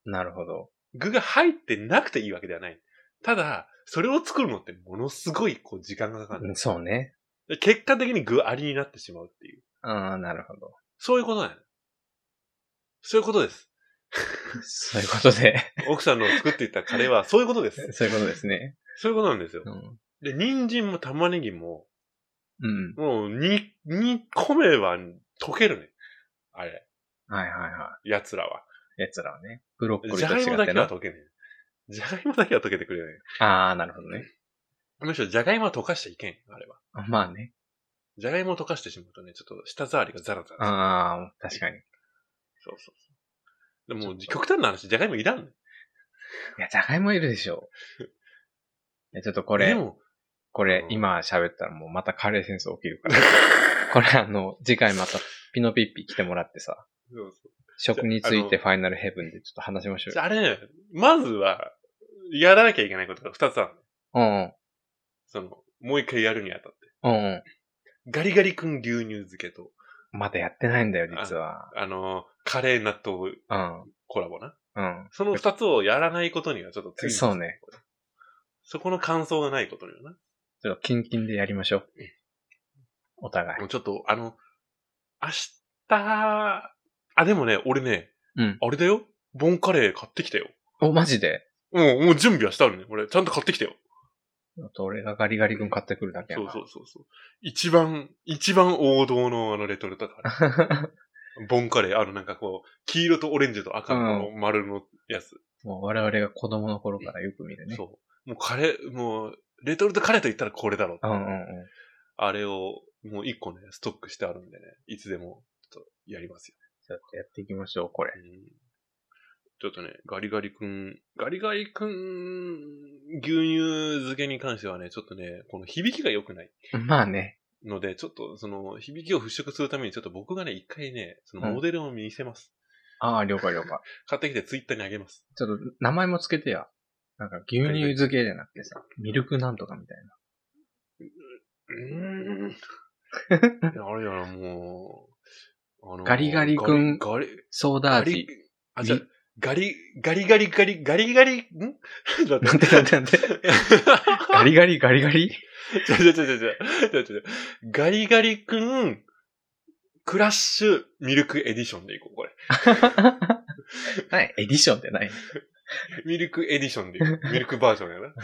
なるほど。具が入ってなくていいわけではない。ただ、それを作るのってものすごいこう時間がかかる。うんそうね。で結果的に具ありになってしまうっていう。ああ、なるほど。そういうことなの。そういうことです。そういうことで、奥さんの作っていたカレーはそういうことです。そういうことですね。そういうことなんですよう。ん。で、人参も玉ねぎも、うん。もうに、煮込めば溶けるね。あれ、はいはいは奴らは。い。奴らはね、ブロッコリーじゃとがい違もっだてけなは。溶けねえ。じゃがいもだけは溶けてくれない。ああ、なるほどね。むしろじゃがいもは溶かしちゃいけん、あれは。まあね。じゃがいもを溶かしてしまうとね、ちょっと舌触りがザラザラするああ、確かに。いそうそうそう。でも、極端な話、じゃがいもいらんねや、じゃがいもいるでしょ。いやちょっとこでれ、も、これう、ん今喋ったらもうまたカレー戦争起きるから。 (laughs) これあの、次回またピノピッピ来てもらってさ、そうそう食についじてファイナルヘブンでちょっと話しましょうじゃよ。ああれね、まずは、やらなきゃいけないことが二つある。うんその、もう一回やるにあたって。うん。うんうガリガリ君牛乳漬けと、ん。まだやってないんだよ、実は。あの、カレー納豆うん。コラボな。うん。その二つをやらないことにはちょっと次にそうね。そこの感想がないことにはな。ちょっとキンキンでやりましょう。お互いもう。ちょっと、あの、明日、あ、でもね、俺ね、うんあれだよ。ボンカレー買ってきたよ。お、マジでもう、もう準備はしてあるね。俺、ちゃんと買ってきたよ。あと俺がガリガリ君買ってくるだけやそうな。そうそうそう。一番、一番王道のあのレトルトカレ (laughs) ー。ボンカレー、あのなんかこう、黄色とオレンジと赤のこの丸のやつ。もう我々が子供の頃からよく見るね。そう。もうカレー、もう、レトルトカレーと言ったらこれだろうってうんうんうん。あれを、もう一個ね、ストックしてあるんでね、いつでも、ちょっと、やりますよ、ちょっとやっていきましょう、これ。うんちょっとね、ガリガリ君、ガリガリ君、牛乳漬けに関してはね、ちょっとね、この響きが良くない。まあね。ので、ちょっと、その、響きを払拭するために、ちょっと僕がね、一回ね、そのモデルを見せます。ああ、了解了解。買ってきてツイッターにあげます。ちょっと名前もつけてや。なんか牛乳漬けじゃなくてさ、ミルクなんとかみたいな。うん。あれやな、もう。あのガリガリ君ガリ、ソーダガリ味。、あ、じゃあガリ、ガリガリガリ、ガリガリ、ん (laughs) だっなんて (laughs) なんてなんて。ガリガリガリガリちょちょちょちょちょちょちょ。ガリガリくん、クラッシュミルクエディションでいこう、これ。はい、エディションってない。ミルクエディションでいこう。ミルクバージョンやな。